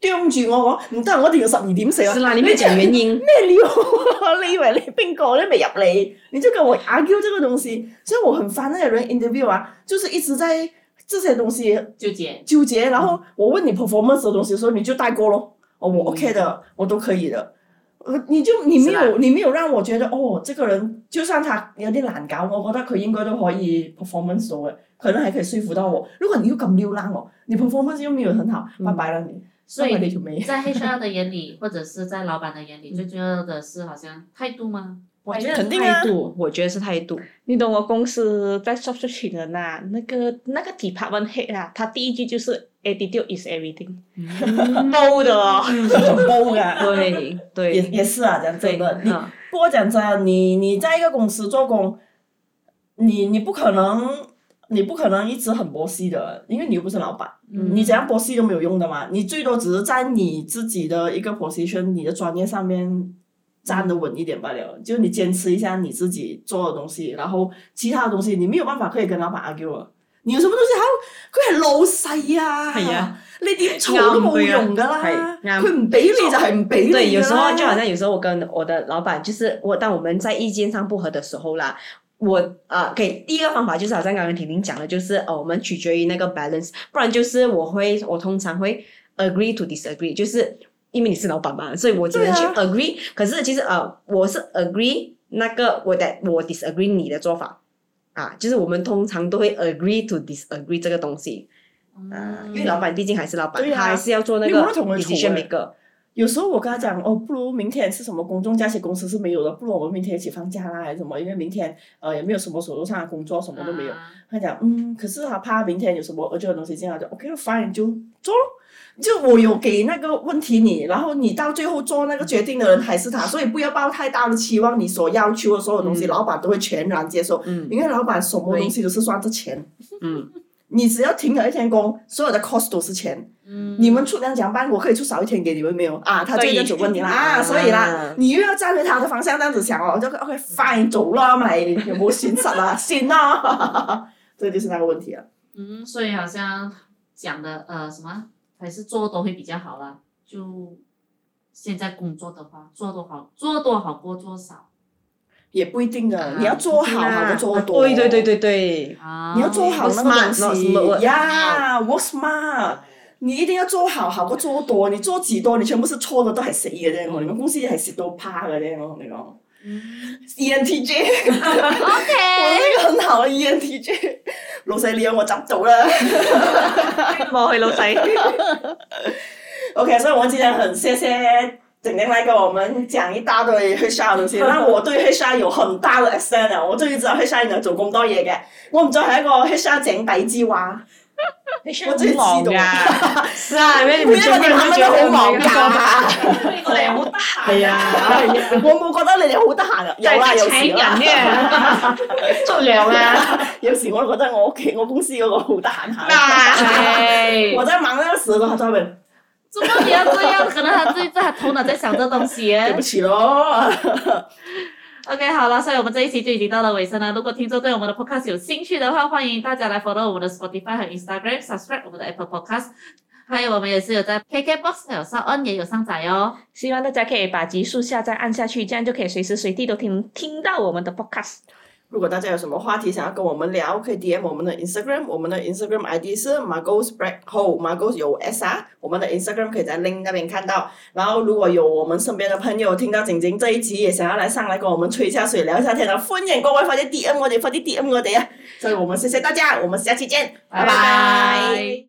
啄住我講，唔得，我一定要十二點死啊 (laughs) 是！啦，你没有讲原因，咩料？啊 (laughs) 你以為你邊個？你未入嚟，你就跟我 argue 這個東西，所以我很煩那些人 interview 啊，就是一直在這些東西纠结，纠结，然嗯后我问你 performance 的东西的时候，你就带过咯。哦，我 OK 的，我都可以的。呃，你就你没是啊有你没有让我觉得哦，这个人就算他有啲难搞，我觉得佢应该都可以 performance 到嘅，可能还可以说服到我。如果你又咁溜浪哦，你 performance 又没有很好，拜拜了你，嗯所以拜拜你条眉。在 HR 的眼里，或者是在老板的眼里，最重要的是好像态度吗？我觉得肯定啊态度，我觉得是态度，你懂我公司在 s o 这群人呐、那个那个 department head 啊，他第一句就是 attitude is everything，包的哦。嗯包噶，对对，嗯也也是啊，讲真的，你嗯不过讲真，啊你你在一个公司做工，你你不可能，你不可能一直很博西的，因为你又不是老板，嗯你怎样博西都没有用的嘛。你最多只是在你自己的一个 position，你的专业上面站得稳一点罢了。就你坚持一下你自己做的东西，然后其他的东西你没有办法可以跟老板 argue 啊。你有什么東西好？佢係老細啊，係啊，你點嘈都冇用㗎啱佢啦啊，係啱佢唔俾你就係唔俾你㗎啦。对，有时候就好像有时候我跟我的老板，就是我当我们在意见上不合的时候啦，我啊，呃给、第一个方法就是好像刚刚婷婷讲的，就是呃，我们取决于那个 balance，不然就是我会我通常会 agree to disagree，就是因为你是老板嘛，所以我只能去对啊 agree、可是其实呃，我是 agree 那个我的我 disagree 你的做法。啊，就是我们通常都会 agree to disagree 这个东西，嗯啊，因为老板毕竟还是老 (laughs) 板，对啊他还是要做那你个不能同我处 decision 欸 maker。有时候我跟他讲，哦，不如明天是什么公众假期，公司是没有的，不如我们明天一起放假啦，还是什么？因为明天呃也没有什么手头上的工作，什么都没有。啊他讲，嗯，可是他怕明天有什么urgent 的东西进来，就 OK 了，fine 就做咯。就我有给那个问题你，然后你到最后做那个决定的人还是他，所以不要抱太大的期望，你所要求的所有东西，嗯老板都会全然接受，嗯因为老板什么东西都是算着钱，嗯，你只要停了一天工，所有的 cost 都是钱。嗯你们出两奖班，我可以出少一天给你们没有啊？他就对一直问你啦，啊，所以啦啊，你又要站回他的方向这样子想哦，就 OK fine 走啦，咪有冇损失啊？ (laughs) 信 (laughs) 啦，这就是那个问题了。啊嗯，所以好像讲的呃什么，还是做都会比较好啦。就现在工作的话，做多好，做多好过做少也不一定啊的，你要做哎好好的做多。对对对，对对，啊。你要做好那个东 Smart, not 西 smart. 呀，work smart。你一定要做好好過做多，你做幾多，你全部是錯嘅都係死嘅啫。我哋間公司係蝕到趴嘅啫，我同你 E 講。ENTJ，我哦 OK，呢個很好嘅 E ENTJ，老細你有我執到啦。冇去哎老細。 OK，所以我们今天很谢谢整天来跟我们讲一大堆 HR 的 (laughs) 东西。那我對 HR 有很大嘅 extent 啊，我終於知道 HR 原來做咁多嘢嘅。我唔再係一個 HR 井底之蛙。我真係知道好忙㗎，是哎啊，因為你因們為全部你人哋係都咪覺得都好忙啊那㗎？個 (laughs) 我哋好得閒。係啊， (laughs) 我冇覺得你哋好得 (laughs) 閒啊，有啦有時啦， (laughs) 嘅，做糧啊，有時我都覺得我屋企我公司嗰個好得閒 (laughs) 下。啊哎，我在忙那個時候，他專門怎么你要这样？可能他最近他头脑在想这东 (laughs) 西耶。對不起咯。 OK，好了，所以我们这一期就已经到了尾声了。如果听众对我们的 Podcast 有兴趣的话，欢迎大家来 follow 我们的 Spotify 和 Instagram，subscribe 我们的 Apple Podcast，还有我们也是有在 KKBox 还有 s o n 也有上载哦。希望大家可以把集数下载按下去，这样就可以随时随地都听听到我们的 podcast。如果大家有什么话题想要跟我们聊，可以 DM 我们的 Instagram，我们的 Instagram ID 是 Margot's Black Hole，Margot 有 S R，我们的 Instagram 可以在 link 那边看到。然后如果有我们身边的朋友听到景景这一集，也想要来上来跟我们吹一下水、聊一下天的，欢迎各位快啲 DM 我哋，快啲 DM 我哋啊！所以我们谢谢大家，我们下期见，拜拜。